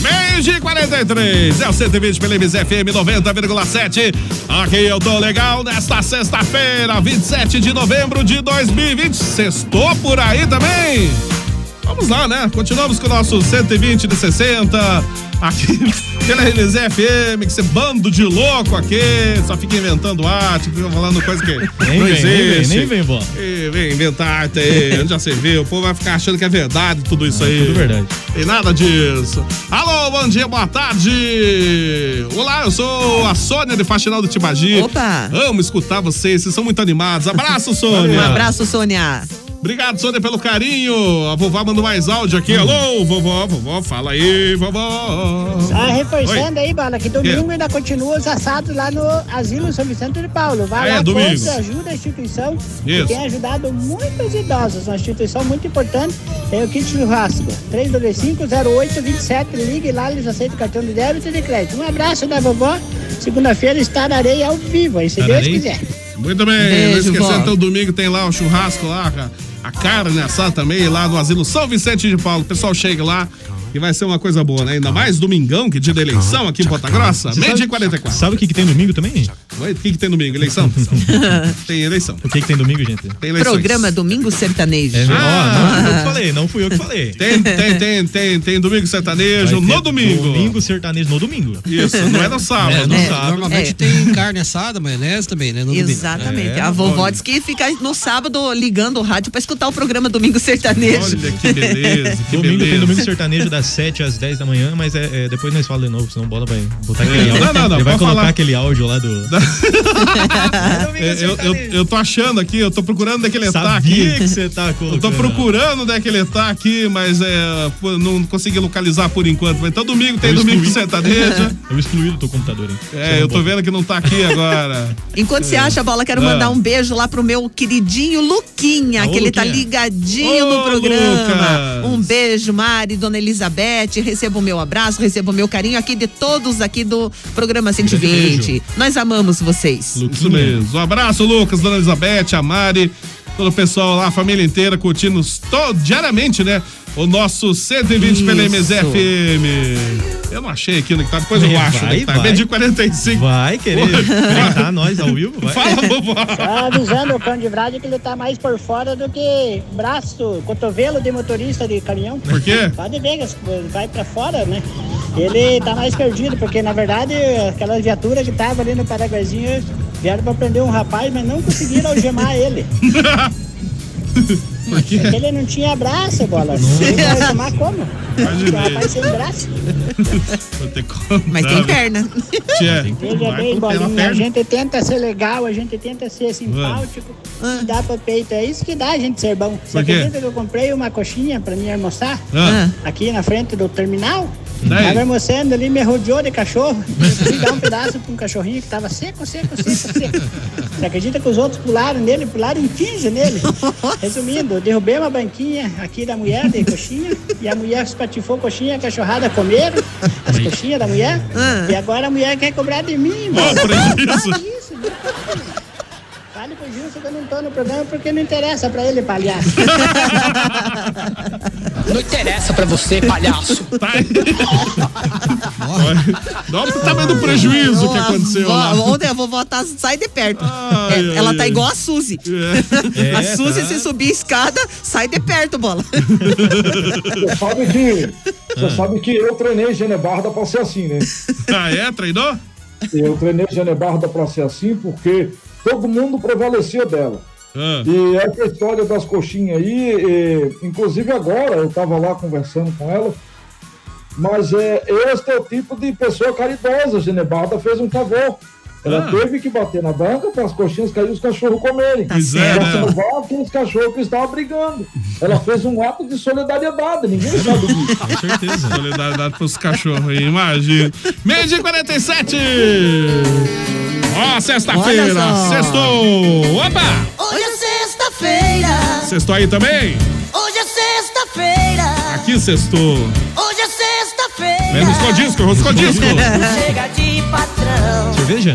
Speaker 2: Meio de 43, é o 120 pela MZFM 90,7. Aqui eu tô legal nesta sexta-feira, 27 de novembro de 2020. Sextou por aí também? Vamos lá, né? Continuamos com o nosso 120 de 60. Aqui pela MZFM, que você bando de louco aqui, só fica inventando arte, fica falando coisa que
Speaker 7: Nem
Speaker 2: não
Speaker 7: vem, nem vem,
Speaker 2: existe.
Speaker 7: nem vem, bom.
Speaker 2: Ih, Vem inventar arte aí, onde já você vê, o povo vai ficar achando que é verdade tudo isso aí.
Speaker 7: tudo verdade.
Speaker 2: Tem É. nada disso. Alô, bom dia, boa tarde. Olá, eu sou a Sônia de Faxinal do Tibagi.
Speaker 8: Opa.
Speaker 2: Amo escutar vocês, vocês são muito animados. Abraço, Sônia.
Speaker 8: Um abraço, Sônia.
Speaker 2: Obrigado, Sônia, pelo carinho. A vovó mandou mais áudio aqui. Alô, vovó, vovó, fala aí, vovó.
Speaker 10: Só Ah, reforçando
Speaker 2: Oi.
Speaker 10: aí, Bala, que domingo ainda continua os assados lá no Asilo São Vicente de Paulo. Vai
Speaker 2: Ah, é,
Speaker 10: lá,
Speaker 2: domingo.
Speaker 10: força, ajuda a instituição, que
Speaker 2: Isso.
Speaker 10: tem ajudado muitos idosos. Uma instituição muito importante é o Kit Churrasco. 325-0827, ligue lá, eles aceitam cartão de débito e de crédito. Um abraço da vovó. Segunda-feira estarei ao vivo, aí se Deus
Speaker 2: Estarei?
Speaker 10: quiser.
Speaker 2: Muito bem,
Speaker 10: Beijo,
Speaker 2: não esquecendo,
Speaker 10: vó.
Speaker 2: então domingo tem lá o churrasco lá, cara. a carne assada também, lá no Asilo São Vicente de Paulo. O pessoal chega lá e vai ser uma coisa boa, né? Ainda mais domingão, que dia da eleição aqui em Ponta Tá Grossa,
Speaker 7: Você
Speaker 2: meio
Speaker 7: sabe-
Speaker 2: de 44.
Speaker 7: Sabe o que, que tem domingo também?
Speaker 2: Oi, O que, que tem domingo? Eleição? tem eleição.
Speaker 7: O que, que tem domingo, gente?
Speaker 2: Tem eleições.
Speaker 8: Programa Domingo Sertanejo.
Speaker 2: É verdade.
Speaker 7: Ó, não fui eu que
Speaker 2: Ah.
Speaker 7: falei, não fui eu que falei.
Speaker 2: Tem, tem, tem, tem, tem domingo sertanejo,
Speaker 7: Vai ter
Speaker 2: no domingo.
Speaker 7: Domingo sertanejo no domingo.
Speaker 2: Isso, não é no sábado.
Speaker 7: É, no
Speaker 6: É,
Speaker 7: sábado.
Speaker 6: Normalmente
Speaker 7: É.
Speaker 6: tem carne assada, maionese também, né? No domingo.
Speaker 2: É,
Speaker 8: Exatamente. a vovó diz que fica no sábado ligando o rádio pra escutar o programa Domingo Sertanejo.
Speaker 2: Olha que beleza, que
Speaker 7: domingo
Speaker 2: beleza.
Speaker 7: tem domingo sertanejo das 7 às 10 da manhã, mas é, é, depois nós falamos de novo, senão o bola vai botar aquele
Speaker 2: É,
Speaker 7: áudio.
Speaker 2: não, não, não,
Speaker 7: Ele vai
Speaker 2: pode
Speaker 7: colocar
Speaker 2: falar.
Speaker 7: aquele áudio lá do.
Speaker 2: É, eu, eu, eu tô achando aqui, eu tô procurando decletar
Speaker 7: Sabia
Speaker 2: aqui.
Speaker 7: que você tá
Speaker 2: eu tô
Speaker 7: colocando.
Speaker 2: procurando é decletar tá aqui, mas é, pô, não consegui localizar por enquanto. Mas Então domingo tem domingo sertanejo.
Speaker 7: Eu excluí do teu computador, hein?
Speaker 2: É, eu tô vendo que não tá aqui agora.
Speaker 8: Enquanto você acha a bola, quero
Speaker 2: Ah.
Speaker 8: mandar um beijo lá pro meu queridinho Luquinha,
Speaker 2: Ô,
Speaker 8: que ele tá
Speaker 2: Luquinha.
Speaker 8: ligadinho
Speaker 2: Ô,
Speaker 8: no programa.
Speaker 2: Lucas.
Speaker 8: Um beijo, Mari, Dona Elizabeth, receba o meu abraço, receba o meu carinho aqui de todos aqui do programa 120.
Speaker 2: beijo.
Speaker 8: Nós amamos vocês.
Speaker 2: Isso mesmo. Um abraço, Lucas, Dona Elizabeth, a Mari, todo o pessoal lá, a família inteira, curtindo todo, diariamente, né? O nosso 120 pela
Speaker 7: Isso.
Speaker 2: MZFM. Eu não achei aqui no que tá, depois eu
Speaker 7: Vai,
Speaker 2: acho. né, que tá.
Speaker 7: vai.
Speaker 2: Meio de 45.
Speaker 7: Vai querer enfrentar nós ao vivo? Vai.
Speaker 2: Fala, vovó.
Speaker 10: Só avisando o cão de Vrade que ele tá mais por fora do que braço, cotovelo de motorista de caminhão.
Speaker 2: Por quê?
Speaker 10: Pode ver, que vai pra fora, né? Ele tá mais perdido, porque na verdade aquela viatura que tava ali no Paraguaizinho vieram pra prender um rapaz, mas não conseguiram algemar ele. Ele não tinha braço, bola. Ele vai tomar como? Vai vai sem braço.
Speaker 8: Mas tem perna.
Speaker 2: Tchê.
Speaker 10: Veja é bem, bolinha, a gente tenta ser legal, a gente tenta ser simpático, se dá pra peito, é isso que dá a gente ser bom. Você
Speaker 2: Por quê?
Speaker 10: acredita que eu comprei uma coxinha pra mim almoçar?
Speaker 2: Ah.
Speaker 10: Aqui na frente do terminal?
Speaker 2: Daí?
Speaker 10: Tava almoçando ali, me rodeou de cachorro. Eu fui dar um pedaço pra um cachorrinho que tava seco, seco, seco, seco. Você acredita que os outros pularam nele, pularam em 15 nele? Resumindo, eu derrubei uma banquinha aqui da mulher de coxinha e a mulher espatifou a coxinha, a cachorrada comeram as coxinhas da mulher e agora a mulher quer cobrar de mim. mano. Fale isso, não fale. Fale pro Gilson que eu não tô no programa porque não interessa pra ele, palhaço.
Speaker 18: Não interessa pra você, palhaço.
Speaker 2: Tá Dá Tá o tamanho do prejuízo que
Speaker 8: Ó,
Speaker 2: aconteceu
Speaker 8: vó-
Speaker 2: lá.
Speaker 8: Ontem a vovó tá, sai de perto. É,
Speaker 2: ai,
Speaker 8: ela tá
Speaker 2: ai.
Speaker 8: igual a Suzy.
Speaker 2: É.
Speaker 8: a
Speaker 2: É,
Speaker 8: Suzy,
Speaker 2: tá.
Speaker 8: se subir a escada, sai de perto, bola.
Speaker 9: Você sabe que, você sabe que eu treinei Genebarda pra ser assim, né?
Speaker 2: Ah, é? Treinou?
Speaker 9: Eu treinei Genebarda pra ser assim porque todo mundo prevalecia dela.
Speaker 2: Ah.
Speaker 9: E essa história das coxinhas aí, eh, inclusive agora, eu tava lá conversando com ela, mas é, este é o tipo de pessoa caridosa. Genebarda fez um favor. Ela
Speaker 2: Ah.
Speaker 9: teve que bater na banca para as coxinhas caírem e os cachorros comerem.
Speaker 2: Pois é,
Speaker 9: Pra
Speaker 2: né?
Speaker 9: salvar aqueles cachorros que estavam brigando. Ela fez um ato de solidariedade, ninguém sabe disso.
Speaker 2: Com certeza. Solidariedade pros cachorros aí, imagina. Meio de 47! Ó, sexta-feira!
Speaker 3: Olha só.
Speaker 2: Sextou! Opa!
Speaker 3: Hoje é sexta-feira.
Speaker 2: Sextou aí também?
Speaker 3: Hoje é sexta-feira.
Speaker 2: Aqui sextou.
Speaker 3: Hoje é
Speaker 2: Vem
Speaker 3: sexta-feira.
Speaker 2: Ruscodisco, Ruscodisco!
Speaker 3: Chega de patrão.
Speaker 2: Cerveja?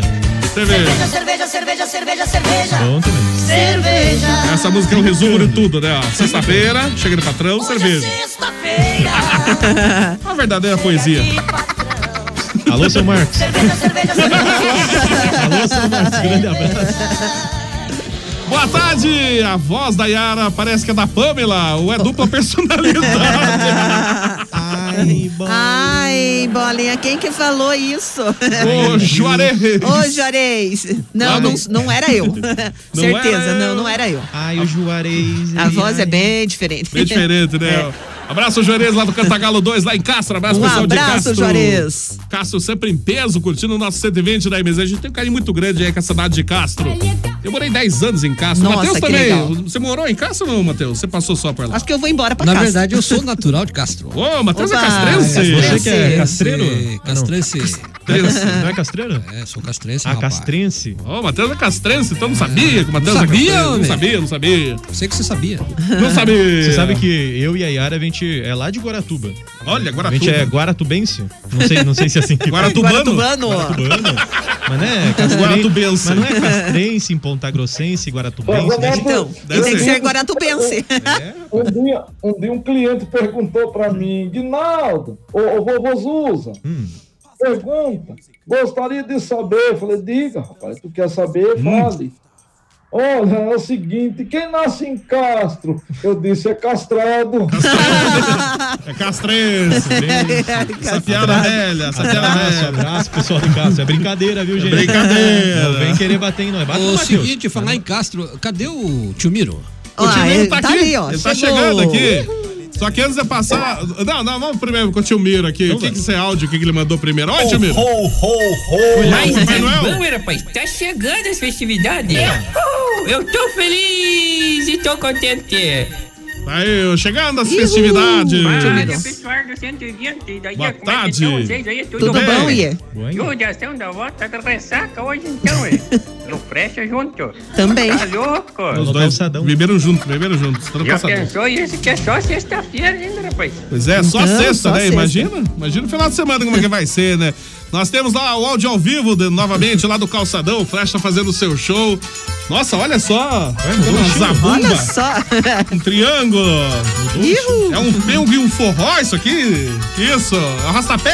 Speaker 3: Cerveja,
Speaker 2: Cerveja.
Speaker 3: cerveja, cerveja, cerveja, cerveja.
Speaker 2: Bom também.
Speaker 3: Cerveja.
Speaker 2: Essa música é um resumo de tudo, né? ó? Sexta-feira, chega de patrão, cerveja. Uma verdadeira poesia.
Speaker 7: Alô, seu Marcos. Alô, seu Marcos. um Grande abraço.
Speaker 2: Boa tarde! A voz da Yara parece que é da Pamela, ou é dupla personalidade.
Speaker 8: Ai, bolinha, quem que falou isso?
Speaker 2: Ô, Juarez.
Speaker 8: Ô, Juarez. Não,
Speaker 7: Ah,
Speaker 8: não,
Speaker 7: não.
Speaker 8: não era eu. Certeza, não, não era eu.
Speaker 7: Ai, o Juarez.
Speaker 8: A voz é bem diferente. É.
Speaker 2: Bem diferente, né? Abraço, Juarez, lá do Cantagalo 2, lá em Castro. Abraço,
Speaker 8: Um
Speaker 2: pessoal de
Speaker 8: abraço,
Speaker 2: Castro.
Speaker 8: Juarez.
Speaker 2: Castro sempre em peso, curtindo o nosso 120 da MZ. A gente tem um carinho muito grande aí com a cidade de Castro. Eu morei 10 anos em Castro.
Speaker 8: Nossa,
Speaker 2: Matheus
Speaker 8: que
Speaker 2: também.
Speaker 8: legal.
Speaker 2: Você morou em Castro ou não, Matheus? Você passou só por lá?
Speaker 8: Acho que eu vou embora pra
Speaker 6: Na
Speaker 8: casa.
Speaker 6: verdade, eu sou
Speaker 2: é
Speaker 6: natural de Castro.
Speaker 2: Ô, Matheus é
Speaker 6: Oba,
Speaker 2: castrense.
Speaker 6: castrense. Ah, Você que é
Speaker 7: castreiro?
Speaker 6: Castrense.
Speaker 2: Castrense.
Speaker 7: Não é castreiro?
Speaker 6: É, sou castrense,
Speaker 7: Ah,
Speaker 6: rapaz.
Speaker 7: castrense.
Speaker 2: Ô, Matheus é castrense, então não sabia que o Matheus
Speaker 6: Não
Speaker 2: é
Speaker 6: sabia,
Speaker 2: castrense. Não
Speaker 6: homem.
Speaker 2: sabia, não sabia.
Speaker 6: Sei que você sabia.
Speaker 2: Não sabia.
Speaker 7: Você sabe que eu e a Yara, a gente é lá de Guaratuba.
Speaker 2: Olha,
Speaker 7: A
Speaker 2: Guaratuba.
Speaker 7: gente é guaratubense. Não sei, não sei se é assim que
Speaker 2: Guaratubano?
Speaker 7: Guaratubano. Mas né,
Speaker 2: Guaratubense.
Speaker 7: castrense. Mas não é castrense, em pontagrossense, guaratubense. né?
Speaker 8: Então, e tem que ser guaratubense.
Speaker 9: Um dia, um dia um cliente perguntou pra mim, Guinaldo, ô, ô vovô Zuza,
Speaker 2: Hum.
Speaker 9: pergunta, gostaria de saber. Eu falei, diga, rapaz, tu quer saber?
Speaker 2: Hum.
Speaker 9: Fale. Olha, é o seguinte, quem nasce em Castro? Eu disse, é castrado.
Speaker 2: É castrense.
Speaker 7: É,
Speaker 2: Essa piada velha, essa piada
Speaker 7: Abraço,
Speaker 2: velha.
Speaker 7: abraço, pessoal de casa. É brincadeira, viu, gente?
Speaker 2: brincadeira.
Speaker 7: Não vem querer bater em nós. Bate,
Speaker 6: O
Speaker 7: Matheus.
Speaker 6: É. seguinte, falar em Castro, cadê o Tio Miro?
Speaker 2: O tio Miro tá, aqui.
Speaker 6: Ah, ali, ó,
Speaker 2: Ele tá
Speaker 6: chegou.
Speaker 2: chegando aqui. Só que antes de passar. Não, não, vamos primeiro com o tio Miro aqui. o que, que você é áudio? O que, que ele mandou primeiro? Ó, tio Miro.
Speaker 19: Ho, ho, ho.
Speaker 2: Mas
Speaker 19: Mas
Speaker 2: Papai
Speaker 19: é
Speaker 2: Noel?
Speaker 19: bom, rapaz. Tá chegando as festividades. Uhul, Eu tô feliz e tô contente.
Speaker 2: Tá Aí, ó, chegando as festividades.
Speaker 19: Olha, pessoal do 120. Daí,
Speaker 2: Boa
Speaker 19: como é que
Speaker 2: tarde.
Speaker 19: estão vocês aí? Tudo,
Speaker 2: Tudo bom, Iê?
Speaker 19: Tudo, ação da volta da ressaca hoje então, é. No presta junto.
Speaker 8: Também.
Speaker 19: Tá louco?
Speaker 2: Os dois beberam juntos, beberam juntos. Tô no
Speaker 19: Já
Speaker 2: calçadão.
Speaker 19: pensou isso que é só sexta-feira ainda, rapaz?
Speaker 2: Pois é, só
Speaker 19: Então,
Speaker 2: sexta,
Speaker 19: só
Speaker 2: né?
Speaker 19: sexta.
Speaker 2: Imagina? Imagina o final de semana como é que vai ser, né? Nós temos lá o áudio ao vivo, de- novamente, lá do Calçadão. O Flash tá fazendo o seu show. Nossa, olha só! Uma zabumba.
Speaker 8: Olha só.
Speaker 2: Um triângulo! É um pengo e um forró isso aqui? Isso! Arrastapé!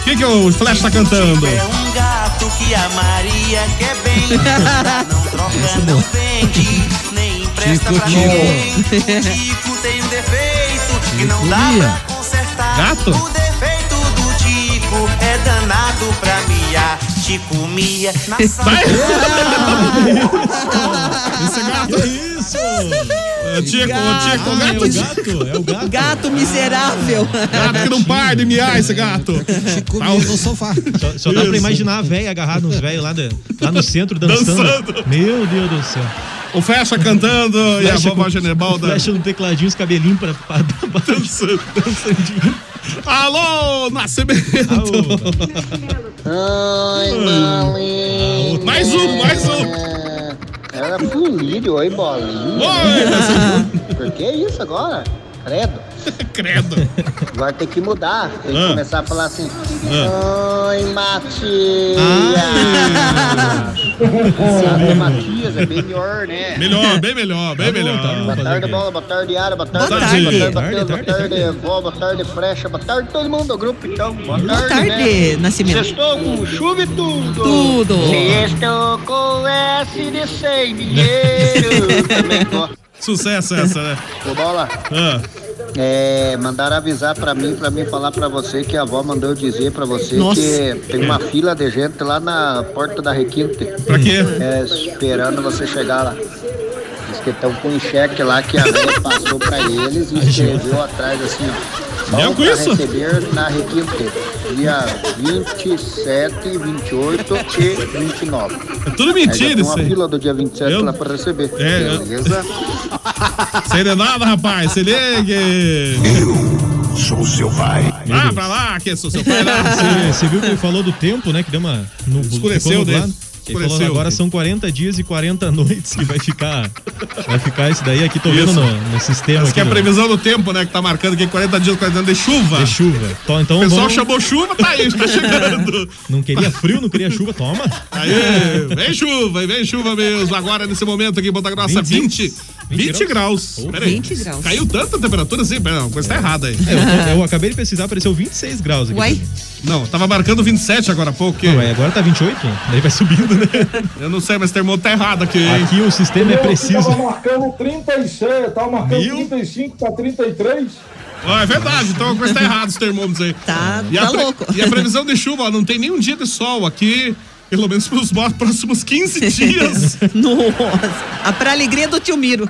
Speaker 2: O que, que o Flash tá cantando?
Speaker 1: Um gato que a Maria quer bem. Não troca, não vende, nem empresta pra ninguém. Tico tem um defeito que não Então dá
Speaker 2: Maria.
Speaker 1: pra consertar.
Speaker 2: Gato?
Speaker 1: O defeito do Tico é danado pra miar. Tico mia na sala.
Speaker 2: Isso é gato! Isso!
Speaker 8: gato!
Speaker 2: É, Tico,
Speaker 1: Ah,
Speaker 2: Tico, gato.
Speaker 8: é o gato. Gato miserável.
Speaker 2: Gato que não para de miar esse gato. Tá um
Speaker 7: Comia no sofá. Tá Só, só dá pra
Speaker 2: Isso.
Speaker 7: imaginar a véia agarrada nos velhos lá, da- lá no centro dançando.
Speaker 2: Dançando.
Speaker 7: Meu Deus do céu.
Speaker 2: O Fecha cantando e a
Speaker 7: Flecha
Speaker 2: vovó
Speaker 7: com-
Speaker 2: Genebalda.
Speaker 7: Flecha no tecladinho, os cabelinhos pra, pra, pra dançando.
Speaker 2: Alô, Nascimento! Hum. mais um, mais um!
Speaker 20: Era polírio, oi, bolinha.
Speaker 2: Oi,
Speaker 20: Por que é isso agora? Credo.
Speaker 2: Credo.
Speaker 20: Agora tem que mudar. Tem que
Speaker 2: Ah.
Speaker 20: começar a falar assim. Oi,
Speaker 2: Ah.
Speaker 20: Matias. Esse abre Matias é bem melhor, né?
Speaker 2: Melhor, bem melhor,
Speaker 20: Tá
Speaker 2: bem melhor.
Speaker 20: Boa tarde, bola, boa tarde, Yara, boa tarde,
Speaker 2: Boa
Speaker 20: boa
Speaker 2: tarde.
Speaker 20: tarde, boa
Speaker 2: Boa
Speaker 20: tarde, boa tarde, vó, boa tarde, Frecha, boa tarde, todo mundo do grupo, então, boa tarde,
Speaker 8: Boa tarde,
Speaker 20: né?
Speaker 8: Nascimento.
Speaker 20: Sextou com chuva e tudo.
Speaker 8: Tudo.
Speaker 20: Sextou com S de sem dinheiro. Também tô.
Speaker 2: Sucesso essa, né?
Speaker 20: Ô, bola.
Speaker 2: Ah.
Speaker 20: É, mandaram avisar pra mim, pra mim falar pra você que a avó mandou eu dizer pra você
Speaker 2: Nossa.
Speaker 20: que tem uma fila de gente lá na porta da Requinte.
Speaker 2: Pra quê?
Speaker 20: É, esperando você chegar lá. Diz que estão com um cheque lá que a velha passou pra eles e escreveu atrás assim, ó.
Speaker 2: Eu
Speaker 20: Vão
Speaker 2: com
Speaker 20: pra
Speaker 2: isso?
Speaker 20: receber na Requinte. Dia 27, 28 e 29.
Speaker 2: É tudo mentira
Speaker 20: Aí já tem
Speaker 2: isso
Speaker 20: uma
Speaker 2: aí.
Speaker 20: fila do dia 27 lá pra receber.
Speaker 2: É, eu-
Speaker 20: Beleza?
Speaker 2: Sei de nada, rapaz, se ligue! Eu sou seu pai. Ah, pra lá, que sou seu pai é né? lá.
Speaker 7: Você, você viu que ele falou do tempo, né? Que deu uma. No,
Speaker 2: Escureceu, né?
Speaker 7: Ele falou,
Speaker 2: Escureceu.
Speaker 7: agora são 40 dias e 40 noites que vai ficar. Vai ficar esse daí aqui, tô vendo
Speaker 2: Isso.
Speaker 7: no, no sistema.
Speaker 2: Essa que é a
Speaker 7: aqui, no-
Speaker 2: previsão do tempo, né? Que tá marcando aqui 40 dias, 40 dias de chuva.
Speaker 7: De chuva. Então, então
Speaker 2: o pessoal
Speaker 7: vamos-
Speaker 2: chamou chuva, tá aí, tá chegando.
Speaker 7: Não queria frio, não queria chuva, toma. É,
Speaker 2: Aê, vem chuva, vem chuva mesmo. Agora, nesse momento aqui em Ponta Grossa, 20,
Speaker 7: 26,
Speaker 2: 20, graus.
Speaker 7: Oh,
Speaker 2: Pera aí.
Speaker 7: 20 graus.
Speaker 2: Caiu tanto a temperatura assim? Pera, não, coisa tá errada aí.
Speaker 7: É, eu, eu acabei de pesquisar, apareceu 26 graus aqui.
Speaker 2: Uai. Não, tava marcando 27 agora há pouco. Não,
Speaker 7: agora tá 28, daí vai subindo, né?
Speaker 2: Eu não sei, mas o termômetro tá errado aqui, hein?
Speaker 7: Aqui o
Speaker 2: é
Speaker 7: sistema é
Speaker 9: Eu Tava marcando 36, tava marcando 35, tá 33.
Speaker 2: Ah, é verdade, então a coisa tá errada os termômetros aí. Tá, e a
Speaker 9: tá
Speaker 2: pre-
Speaker 9: louco.
Speaker 2: E a previsão de chuva, ó, não tem nenhum dia de sol aqui, pelo menos pros bo- próximos 15 dias.
Speaker 8: Nossa. Ah, Pra alegria do tio Miro.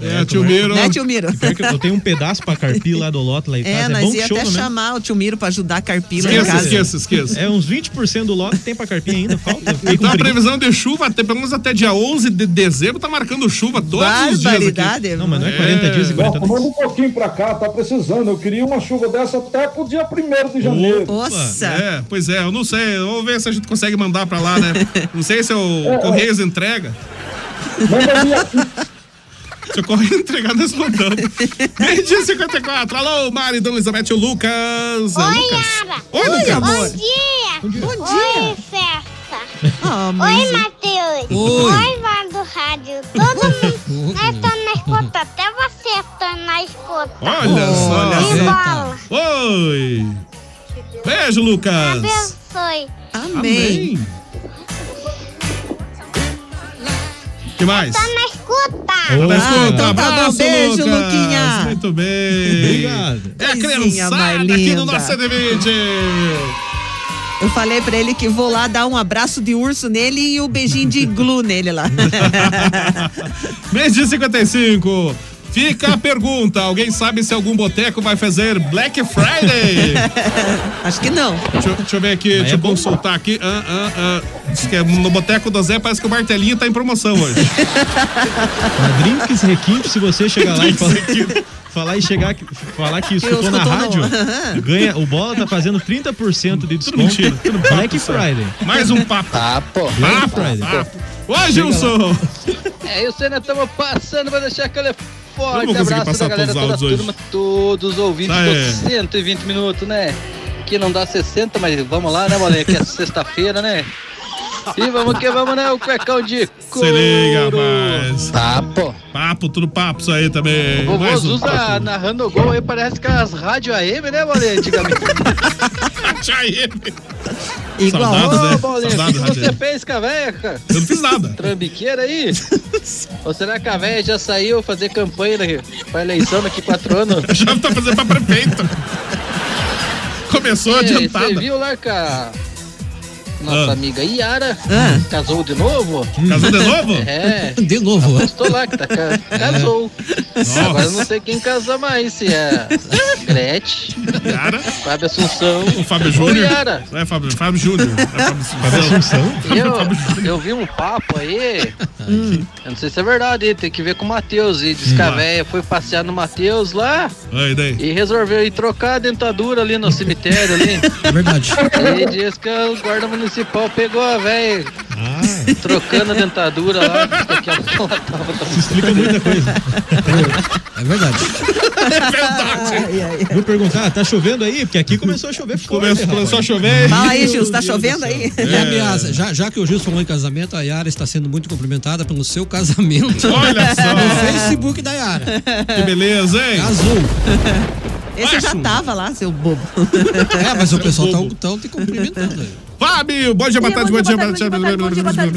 Speaker 2: É,
Speaker 7: tio Miro.
Speaker 8: Né, tio Miro?
Speaker 7: Pior que Eu tenho um pedaço pra carpir lá do lote lá em
Speaker 8: É,
Speaker 7: casa. É,
Speaker 8: nós
Speaker 7: bom
Speaker 8: ia
Speaker 7: que chova,
Speaker 8: até
Speaker 7: né?
Speaker 8: chamar o tio Miro pra ajudar a carpir lá em
Speaker 2: Esqueça,
Speaker 8: casa.
Speaker 2: esqueça, esqueça.
Speaker 7: É, uns 20% do lote tem pra carpir ainda, falta. Fiquei com
Speaker 2: Então a
Speaker 7: preguiça.
Speaker 2: previsão de chuva, até, pelo menos até dia 11 de dezembro, tá marcando chuva todos os dias aqui.
Speaker 9: Barbaridade,
Speaker 7: Não, mas não é 40 dias e 40
Speaker 9: Ó, Manda um pouquinho pra cá, tá precisando. Eu queria uma chuva dessa até pro dia 1 de janeiro.
Speaker 2: É, pois é, eu não sei. Vamos ver se a gente consegue mandar pra lá, né? Não sei se o Correios entrega. Se o Correios entregar, nós mandamos. Meio dia e 54. Alô, Mari, Dona Elizabeth, o Lucas. É, Lucas. Oi, Lucas.
Speaker 21: Bom dia. Bom dia. Oi, festa. Oi, Matheus.
Speaker 1: Oi.
Speaker 21: Oi, Vale do Rádio. Todo mundo. Nós estamos na escuta. Até você está na escuta.
Speaker 2: Olha só.
Speaker 21: E bola.
Speaker 2: Oi. Beijo, Lucas.
Speaker 21: Abençoe.
Speaker 2: Amém. que mais?
Speaker 21: Tá na escuta.
Speaker 2: Tá escuta?
Speaker 1: então tá
Speaker 2: Abraço,
Speaker 1: bom. Beijo,
Speaker 2: Lucas.
Speaker 1: Luquinha.
Speaker 2: Muito bem.
Speaker 1: Obrigado.
Speaker 2: É a
Speaker 8: Coisinha mais
Speaker 2: criançada aqui no
Speaker 8: linda.
Speaker 2: nosso CDVD.
Speaker 8: Eu falei pra ele que vou lá dar um abraço de urso nele e um beijinho de glu nele lá.
Speaker 2: Mês de 55. Fica a pergunta: alguém sabe se algum boteco vai fazer Black Friday?
Speaker 8: Acho que não.
Speaker 2: Deixa, eu- deixa eu ver aqui, deixa eu consultar aqui. Ah, ah, ah. Diz que é no boteco do Zé parece que o martelinho tá em promoção hoje.
Speaker 7: Mas Drinks Requinte, se você chegar lá e falar, falar e chegar, aqui- falar que escutou na
Speaker 2: escutou no-
Speaker 7: rádio,
Speaker 2: Aham.
Speaker 7: ganha, o Bola tá fazendo 30% de desconto.
Speaker 2: mentira, tudo papo
Speaker 7: Black
Speaker 2: isso aí.
Speaker 7: Friday.
Speaker 2: Mais um papo.
Speaker 7: Papo.
Speaker 2: Papo,
Speaker 7: Black Friday.
Speaker 2: papo. Ah, Ô, Gilson!
Speaker 15: É isso aí, nós estamos passando para deixar aquele
Speaker 2: Eu não
Speaker 15: forte
Speaker 2: vou conseguir
Speaker 15: abraço
Speaker 2: passar
Speaker 15: da galera,
Speaker 2: todos
Speaker 15: toda
Speaker 2: os
Speaker 15: a
Speaker 2: áudios
Speaker 15: turma, todos os ouvintes
Speaker 2: Tá, é.
Speaker 15: dos 120 minutos, né? Que não dá 60, mas vamos lá, né, Malé? Que é sexta-feira, né? E vamos que vamos, né? O cuecão de couro.
Speaker 2: Se liga, mas. Papo. Papo, tudo papo isso aí também.
Speaker 15: O vovô
Speaker 2: Mais um
Speaker 15: Zuza
Speaker 2: papo.
Speaker 15: narrando o gol aí, parece que as rádio AM, né, Malé? Antigamente.
Speaker 2: rádio AM.
Speaker 15: Igual.
Speaker 2: Saudades, né?
Speaker 15: Ô, Paulinho, o que
Speaker 2: Saudades,
Speaker 15: que você
Speaker 2: Rádio.
Speaker 15: fez com a véia, cara?
Speaker 2: Eu não fiz nada.
Speaker 15: Trambiqueira aí? Ou será que a véia já saiu fazer campanha né, pra eleição daqui quatro anos?
Speaker 2: Já tá fazendo pra prefeito. Começou
Speaker 15: Ei,
Speaker 2: adiantada. Ah.
Speaker 15: Você viu lá, cara? nossa amiga Yara, casou de novo.
Speaker 2: Casou de novo?
Speaker 15: É.
Speaker 6: De novo.
Speaker 15: Apostou lá que tá, ca- casou. Agora eu não sei quem casa mais, se é Gretchen,
Speaker 2: Yara.
Speaker 15: Fábio Assunção.
Speaker 2: O Fábio
Speaker 15: ou
Speaker 2: Júnior.
Speaker 15: Yara.
Speaker 2: É Fábio, Fábio Júnior. É Fábio
Speaker 7: Fábio Tá Assunção?
Speaker 15: Eu, eu vi um papo aí, eu não sei se é verdade, hein, tem que ver com o Matheus. E diz que a
Speaker 2: Hum.
Speaker 15: véia foi passear no Matheus lá
Speaker 2: Aí, daí.
Speaker 15: e resolveu ir trocar a dentadura ali no cemitério ali.
Speaker 6: É verdade.
Speaker 15: E diz que o guarda municipal pegou a véia.
Speaker 7: Ah, é.
Speaker 15: Trocando a dentadura lá, daqui a pouco ela tava
Speaker 7: Explica muita coisa.
Speaker 6: É verdade.
Speaker 7: Vou perguntar, tá chovendo aí? Porque aqui começou a chover forte.
Speaker 2: Começou- começou a chover.
Speaker 8: Fala aí, Gilson, tá chovendo aí?
Speaker 6: E aliás, É já, já que o Gilson falou em casamento, a Yara está sendo muito cumprimentada pelo seu casamento.
Speaker 2: Olha só.
Speaker 6: No Facebook da Yara.
Speaker 2: Que beleza, hein?
Speaker 6: Casou.
Speaker 8: Esse já tava lá, seu bobo.
Speaker 6: É, mas o pessoal tá, tá te cumprimentando. aí.
Speaker 2: Fábio, bom dia, boa tarde, bom dia, boa tarde.
Speaker 22: Bom dia, boa tarde, bom dia, boa tarde,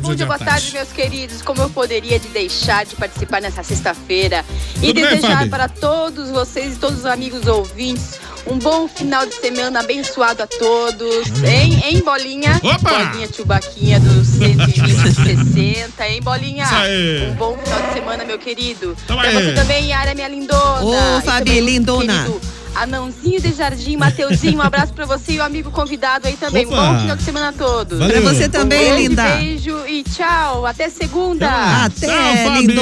Speaker 22: bom dia, boa tarde, meus queridos. Como eu poderia de deixar de participar nessa sexta-feira e
Speaker 2: Tudo bem,
Speaker 22: desejar
Speaker 2: Fábio?
Speaker 22: para todos vocês e todos os amigos ouvintes um bom final de semana abençoado a todos. Em, em bolinha,
Speaker 2: Opa!
Speaker 22: bolinha Chubaquinha do 12060. Em bolinha,
Speaker 8: Isso aí.
Speaker 22: um bom final de semana, meu querido.
Speaker 8: Tamo
Speaker 22: Pra
Speaker 8: aí.
Speaker 22: você também, Yara, minha lindona.
Speaker 8: Ô,
Speaker 22: E
Speaker 8: Fabi,
Speaker 22: também o
Speaker 8: lindona.
Speaker 22: querido Anãozinho de Jardim, Mateuzinho, um abraço pra você e o amigo convidado aí também.
Speaker 8: Opa!
Speaker 22: Bom final de semana a todos.
Speaker 8: Valeu. Pra você também,
Speaker 22: um grande
Speaker 8: linda.
Speaker 22: beijo e tchau. Até segunda.
Speaker 2: Ah, Fábio.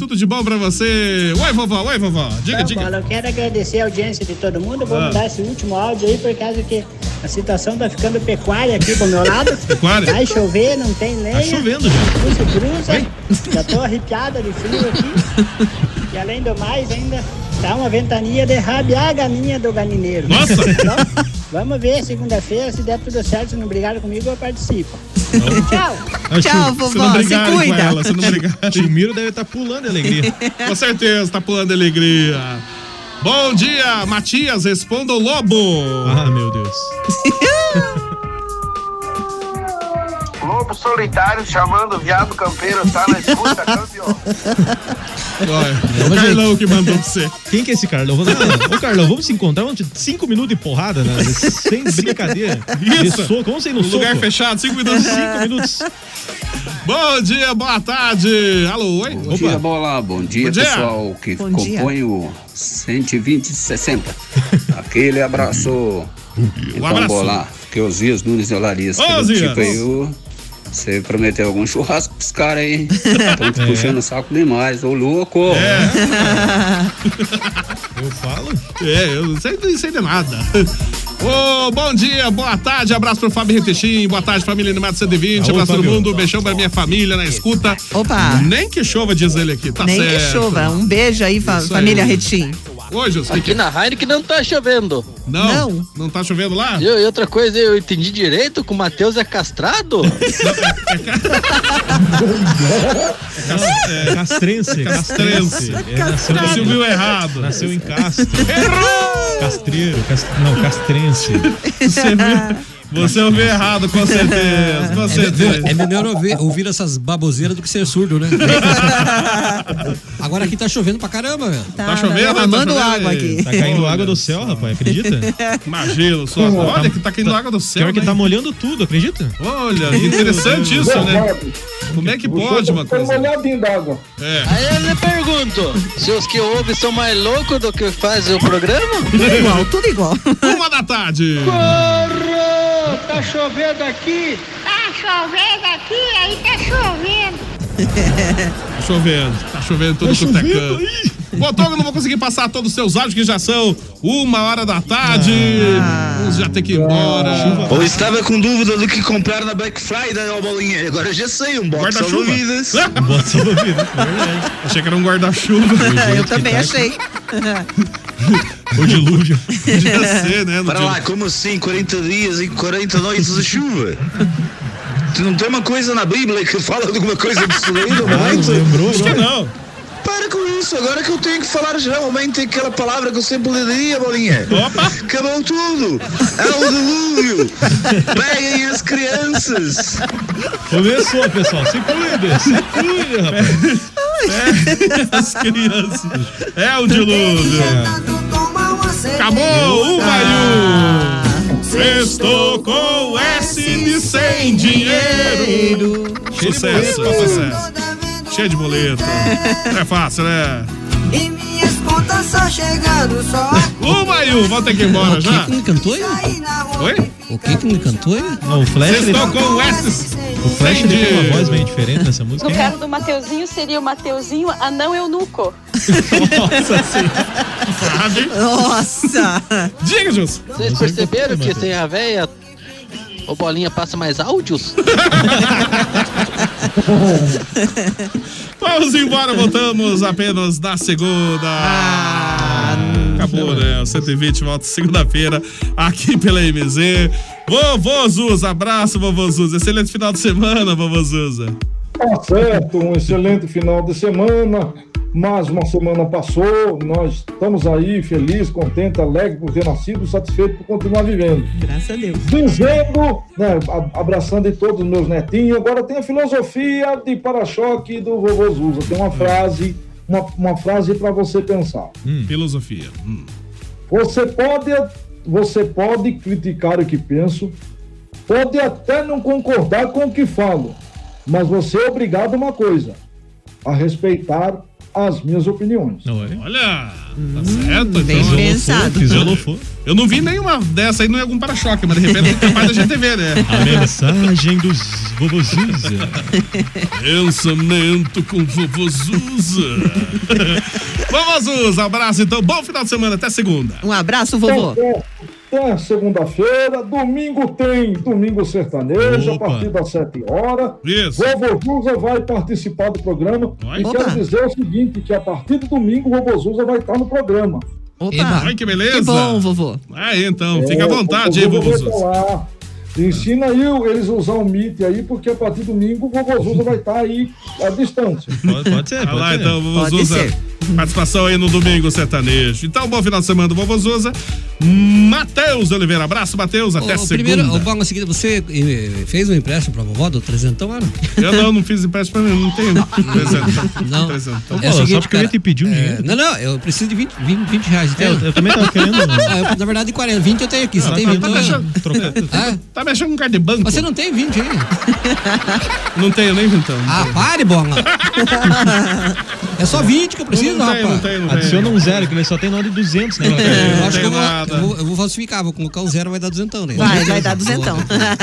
Speaker 2: Tudo de bom pra você. Oi, vovó, oi, vovó. Diga,
Speaker 10: Então,
Speaker 2: diga.
Speaker 10: Bola, eu quero agradecer a audiência de todo mundo. Vou
Speaker 2: Ah.
Speaker 10: mudar esse último áudio aí, por causa que a situação tá ficando pecuária aqui pro meu lado.
Speaker 2: Pecuária?
Speaker 10: Vai chover, não tem lenha.
Speaker 7: Tá chovendo já.
Speaker 10: Cruza, cruza. Já tô arrepiada de frio aqui. E além do mais, ainda tá uma ventania de rabiar a galinha do galineiro.
Speaker 2: Nossa!
Speaker 10: Então, vamos ver segunda-feira, se der tudo certo, se não brigaram comigo, eu participo.
Speaker 2: Então,
Speaker 10: Tchau!
Speaker 7: Ah, Chu-
Speaker 2: vovó, se cuida.
Speaker 7: se não brigar. Tio Miro deve estar pulando de alegria.
Speaker 2: tá Com certeza, tá pulando de alegria. Bom dia, Matias, responda o lobo. Ah, meu Deus.
Speaker 23: Lobo solitário chamando o viado campeiro, tá na escuta, campeão.
Speaker 7: É,
Speaker 2: Olha, o Carlão que mandou pra você.
Speaker 7: Quem que é esse Carlão? Vamos- Ô, Carlão, vamos se encontrar ontem? Cinco minutos de porrada, né? Sem brincadeira.
Speaker 2: Isso.
Speaker 7: De soco, vamos sair no
Speaker 2: Um lugar
Speaker 7: soco.
Speaker 2: fechado, cinco minutos.
Speaker 7: Cinco minutos.
Speaker 2: Bom dia, boa tarde. Alô, oi.
Speaker 5: Bom dia, Bola. Bom dia,
Speaker 2: Bom dia.
Speaker 5: pessoal que
Speaker 2: Bom
Speaker 5: compõe o 120 e 60. Aquele abraço. Então,
Speaker 2: Um abraço.
Speaker 5: Bola, que os Zias Nunes e o Larissa.
Speaker 2: Ô,
Speaker 5: pelo
Speaker 2: Zias.
Speaker 5: tipo aí, o- você prometeu algum churrasco pros caras aí. Estão te
Speaker 7: É.
Speaker 5: puxando o saco demais, ô louco.
Speaker 7: Eu falo?
Speaker 2: É, eu não sei, não sei de nada. Ô, bom dia, boa tarde, abraço pro Fábio Retechim, boa tarde, família Animado 120,
Speaker 7: Alô,
Speaker 2: abraço todo
Speaker 7: Fábio.
Speaker 2: mundo, beijão pra minha família na escuta.
Speaker 8: Opa.
Speaker 2: Nem que chova, diz ele aqui, tá
Speaker 8: Nem
Speaker 2: certo.
Speaker 8: que chova. Um beijo aí, fa-
Speaker 2: Isso aí.
Speaker 8: família Retim.
Speaker 2: Ô, Jus,
Speaker 15: Aqui na Heineken não tá chovendo.
Speaker 2: Não? Não, tá chovendo lá?
Speaker 15: E, e outra coisa, eu entendi direito que o Matheus é castrado?
Speaker 7: É, castrense. Castrense. É, nasceu-
Speaker 2: Castrado. Você viu errado.
Speaker 7: Nasceu em Castro. Castreiro. cas- Não, castrense.
Speaker 2: Você viu? Você ouviu errado, com certeza, com certeza.
Speaker 6: É melhor ouvir, ouvir essas baboseiras do que ser surdo, né? Agora aqui tá chovendo pra caramba, velho.
Speaker 2: Tá, Tá chovendo, tá
Speaker 8: Mando
Speaker 2: chovendo.
Speaker 8: água aqui.
Speaker 7: Tá caindo água do céu, rapaz, acredita?
Speaker 2: Imagina, só. Olha que tá caindo água do céu.
Speaker 7: Pior que
Speaker 2: né?
Speaker 7: tá molhando tudo, acredita?
Speaker 2: Olha, que interessante isso, né?
Speaker 23: Verdade.
Speaker 2: Como é que pode uma
Speaker 23: Foi
Speaker 2: coisa?
Speaker 23: molhadinho d'água.
Speaker 2: É.
Speaker 15: Aí eu lhe pergunto, se os que ouvem são mais loucos do que fazem o programa?
Speaker 8: tudo igual.
Speaker 2: Uma da tarde.
Speaker 23: Corro! Tá chovendo aqui!
Speaker 21: Tá chovendo aqui, aí tá chovendo.
Speaker 2: Tá chovendo, tá chovendo todo
Speaker 23: Tá
Speaker 2: o
Speaker 23: chovendo
Speaker 2: Chutecan. Botou, eu não vou conseguir passar todos os seus áudios, que já são uma hora da tarde.
Speaker 23: Ah.
Speaker 2: Uns já tem que ir embora.
Speaker 16: Ou estava com dúvida do que comprar na Black Friday, ó bolinha. Agora eu já sei, um box
Speaker 2: Guarda-chuva.
Speaker 16: salva-vidas.
Speaker 2: Um box salva-vidas, Achei que era um guarda-chuva.
Speaker 8: É, Eu
Speaker 2: tá
Speaker 8: também achei.
Speaker 2: O dilúvio. Podia ser, né? No
Speaker 16: Para lá, como assim? 40 dias e 40 noites de chuva? Tu não tem uma coisa na Bíblia que fala alguma coisa disso daí, não
Speaker 7: Ah, não lembrou
Speaker 2: Acho que
Speaker 7: agora.
Speaker 2: não.
Speaker 16: Para com isso, agora que eu tenho que falar geralmente aquela palavra que eu sempre leria, bolinha. Opa! Acabou tudo! É o dilúvio! Peguem as crianças!
Speaker 7: Começou, pessoal. Se cuida, se cuida, rapaz.
Speaker 23: É.
Speaker 2: As crianças. É o dilúvio.
Speaker 12: Toma uma cerveja.
Speaker 2: Acabou! Uma e um. Sextou com S de sem dinheiro. Sucesso, sucesso. Cheio de boleto. É fácil, né?
Speaker 12: E minhas contas só chegando, só aqui.
Speaker 2: Uma e um, vou ter que ir embora
Speaker 6: O
Speaker 2: já.
Speaker 6: Kiko não cantou aí?
Speaker 2: Oi?
Speaker 6: O Kiko não cantou aí?
Speaker 7: Não, o Flash. ele-
Speaker 2: Sextou com S.
Speaker 7: O Flash ele tem uma voz meio diferente nessa música.
Speaker 22: No caso do Mateuzinho, seria o Mateuzinho anão eunuco.
Speaker 7: Nossa senhora.
Speaker 8: Nossa!
Speaker 2: Diga, Jus.
Speaker 15: Vocês perceberam que sem a véia, o Bolinha passa mais áudios?
Speaker 2: Vamos embora, voltamos apenas na segunda. Acabou, né? O 120 volta segunda-feira aqui pela MZ. Vovô Zuza, abraço, vovô Zuza. Excelente final de semana, vovô Zuza.
Speaker 9: Tá certo, um excelente final de semana. Mais uma semana passou, nós estamos aí felizes, contentes, alegres por ter nascido, satisfeitos por continuar vivendo.
Speaker 8: Graças a Deus.
Speaker 9: Dizendo, né, a- abraçando de todos os meus netinhos, agora tem a filosofia de para-choque do vovô Zuza. Tem uma frase, uma, uma frase para você pensar.
Speaker 2: Filosofia. Hum.
Speaker 9: Você pode, você pode criticar o que penso, pode até não concordar com o que falo, mas você é obrigado a uma coisa: a respeitar as minhas opiniões.
Speaker 2: é? Olha, tá certo.
Speaker 9: bem
Speaker 2: então.
Speaker 9: pensado.
Speaker 2: Eu, eu não vi nenhuma dessa aí, não é algum para-choque, mas de repente é capaz da gente ver, né?
Speaker 7: A mensagem dos vovozinhos.
Speaker 2: Pensamento com vovô Zuza. vovô Zuza, abraço então. Bom final de semana, até segunda.
Speaker 8: Um abraço,
Speaker 2: vovô.
Speaker 9: Então, Até é, segunda-feira, domingo tem Domingo Sertanejo,
Speaker 2: Opa.
Speaker 9: a partir das 7 horas.
Speaker 2: Isso.
Speaker 9: Vovô Zuza vai participar do programa.
Speaker 2: Vai.
Speaker 9: E
Speaker 2: Opa.
Speaker 9: quero dizer o seguinte: que a partir de domingo o Vovô Zuza vai estar no programa.
Speaker 2: Opa. Ai, que beleza.
Speaker 9: Que bom,
Speaker 8: vovô.
Speaker 2: Ah,
Speaker 9: É,
Speaker 2: então, fica à vontade,
Speaker 9: o
Speaker 2: hein, vovô
Speaker 9: vai
Speaker 2: Zuza.
Speaker 9: falar. Ensina aí o- eles a usar o Meet aí, porque a partir de domingo o vovô Zuza vai estar aí à distância.
Speaker 7: Pode, pode ser,
Speaker 2: Vai lá
Speaker 7: pode ser.
Speaker 2: então, vovô
Speaker 7: Pode
Speaker 2: Zuza.
Speaker 7: ser.
Speaker 2: Participação aí no Domingo Sertanejo. Então, bom final de semana do vovô Zuza. Matheus Oliveira, abraço, Matheus. Até
Speaker 6: Ô,
Speaker 2: segunda.
Speaker 6: primeiro, ô, Bola, seguinte, você eh, fez um empréstimo pra vovó do trezentão, era?
Speaker 2: Eu não, não fiz empréstimo pra mim, não tenho. Trezentão.
Speaker 6: Não.
Speaker 2: Trezentão.
Speaker 6: É o seguinte, cara,
Speaker 7: pedir um
Speaker 6: é, Não, não, eu preciso de 20, 20, 20 reais. tem?
Speaker 2: É, eu- eu também tava querendo.
Speaker 6: Ah, eu, na verdade, 40, 20 eu tenho aqui. Você
Speaker 2: Ah,
Speaker 6: tem
Speaker 2: tá,
Speaker 6: 20?
Speaker 2: tá
Speaker 6: eu-
Speaker 2: deixando
Speaker 6: Ah?
Speaker 2: Tá mexendo com carta de banco?
Speaker 6: Você não tem 20 aí?
Speaker 2: Não tenho nem então.
Speaker 6: Ah, pare, bola. É só 20 que eu preciso,
Speaker 7: Não tem,
Speaker 6: rapaz.
Speaker 7: não tem, não tem. Adiciona um zero, que ele só tem 9 e 200, né?
Speaker 6: Eu acho que eu vou, eu, vou, eu vou falsificar, vou colocar o zero, vai dar duzentão, né?
Speaker 8: Vai, vai dar duzentão.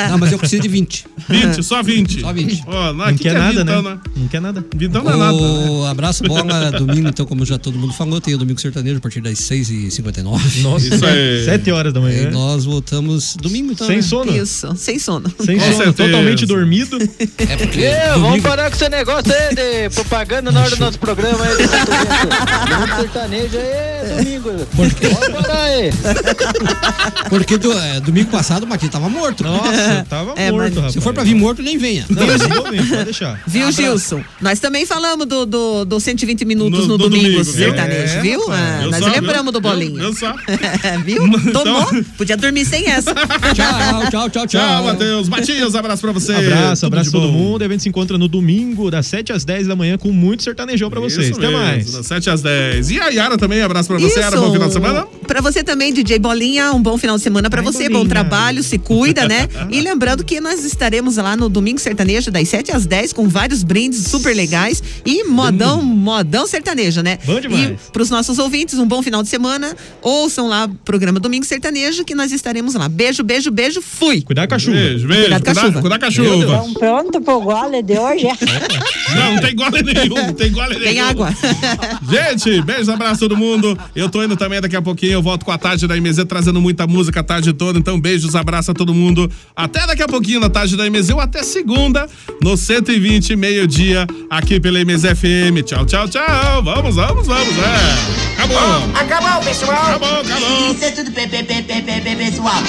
Speaker 6: Não, mas eu preciso de 20.
Speaker 2: 20, só 20. Só
Speaker 6: 20.
Speaker 2: Ó,
Speaker 7: Não quer nada,
Speaker 2: então,
Speaker 7: né? Não quer nada. né?
Speaker 2: Vintão
Speaker 6: O Abraço bola domingo, então, como já todo mundo falou, tem o Domingo Sertanejo a partir das 6h59.
Speaker 7: Nossa, Isso aí. sete horas da manhã.
Speaker 6: E nós voltamos domingo, então.
Speaker 7: Sem
Speaker 6: né?
Speaker 7: sono?
Speaker 8: Isso, sem sono.
Speaker 7: Sem sono, é totalmente dormido.
Speaker 6: É porque.
Speaker 15: Meu, vamos
Speaker 6: domingo-
Speaker 15: parar com esse negócio aí de propaganda na hora do nosso programa aí. do Santo sertanejo aí, domingo. Bora parar aí.
Speaker 6: Porque do- é, domingo passado o Matinho tava morto.
Speaker 7: Nossa, tava
Speaker 8: É, morto, mas- rapaz.
Speaker 6: Se for pra vir morto, nem venha.
Speaker 7: Não, não vem, pode deixar.
Speaker 8: Viu,
Speaker 6: Abraço.
Speaker 8: Gilson? Nós também falamos do, do, do 120 minutos
Speaker 6: No-
Speaker 8: no,
Speaker 6: do
Speaker 8: domingo,
Speaker 6: domingo, viu?
Speaker 8: sertanejo,
Speaker 6: É,
Speaker 8: viu? Ah,
Speaker 6: eu Então-
Speaker 8: nós
Speaker 6: só,
Speaker 8: lembramos
Speaker 6: viu?
Speaker 8: do bolinho.
Speaker 2: Eu só.
Speaker 8: viu? Tomou? Podia dormir sem essa.
Speaker 6: tchau, tchau, tchau,
Speaker 2: Tchau, Matheus. Matias, abraço pra você.
Speaker 7: Abraço,
Speaker 2: Tudo
Speaker 7: abraço
Speaker 2: de
Speaker 7: a todo
Speaker 2: bom.
Speaker 7: mundo. E a gente se encontra no domingo, das 7 às 10 da manhã, com muito sertanejão pra vocês.
Speaker 2: Isso
Speaker 7: Até
Speaker 2: mesmo,
Speaker 7: mais.
Speaker 2: Das 7 às 10. E a Yara também, abraço pra você. Yara, bom final de semana.
Speaker 8: Pra você também, DJ Bolinha, um bom final de semana pra você, bom trabalho, se cuida, né? E lembrando que nós estaremos lá no Domingo Sertanejo, das 7 às 10, com vários brindes super legais e modão, modão sertanejo, né?
Speaker 7: Bom demais.
Speaker 8: E pros nossos ouvintes, um bom final de semana. Ouçam lá o programa Domingo Sertanejo, que nós estaremos lá. Beijo, beijo, beijo, fui!
Speaker 7: Cuidado com a chuva.
Speaker 2: Beijo, beijo.
Speaker 8: Cuidado com a chuva.
Speaker 2: Cuidado com a chuva.
Speaker 8: Meu
Speaker 4: Pronto pro gole de hoje?
Speaker 2: Não, não tem gole nenhum, não tem gole nenhum. Tem água. Gente, beijos, abraço a todo mundo. Eu tô indo também daqui a pouquinho, eu volto com a tarde da MZ trazendo muita música a tarde toda. Então, beijos, abraço a todo mundo. Até daqui a pouquinho na tarde da MZ ou até segunda, no 120, meio-dia, aqui pela MZ FM. Tchau, tchau, tchau. Vamos, vamos, vamos. É. Acabou.
Speaker 14: Acabou, pessoal.
Speaker 2: Acabou, acabou.
Speaker 14: Isso é tudo, pe- pe- pe- pe- pe- pe- pessoal.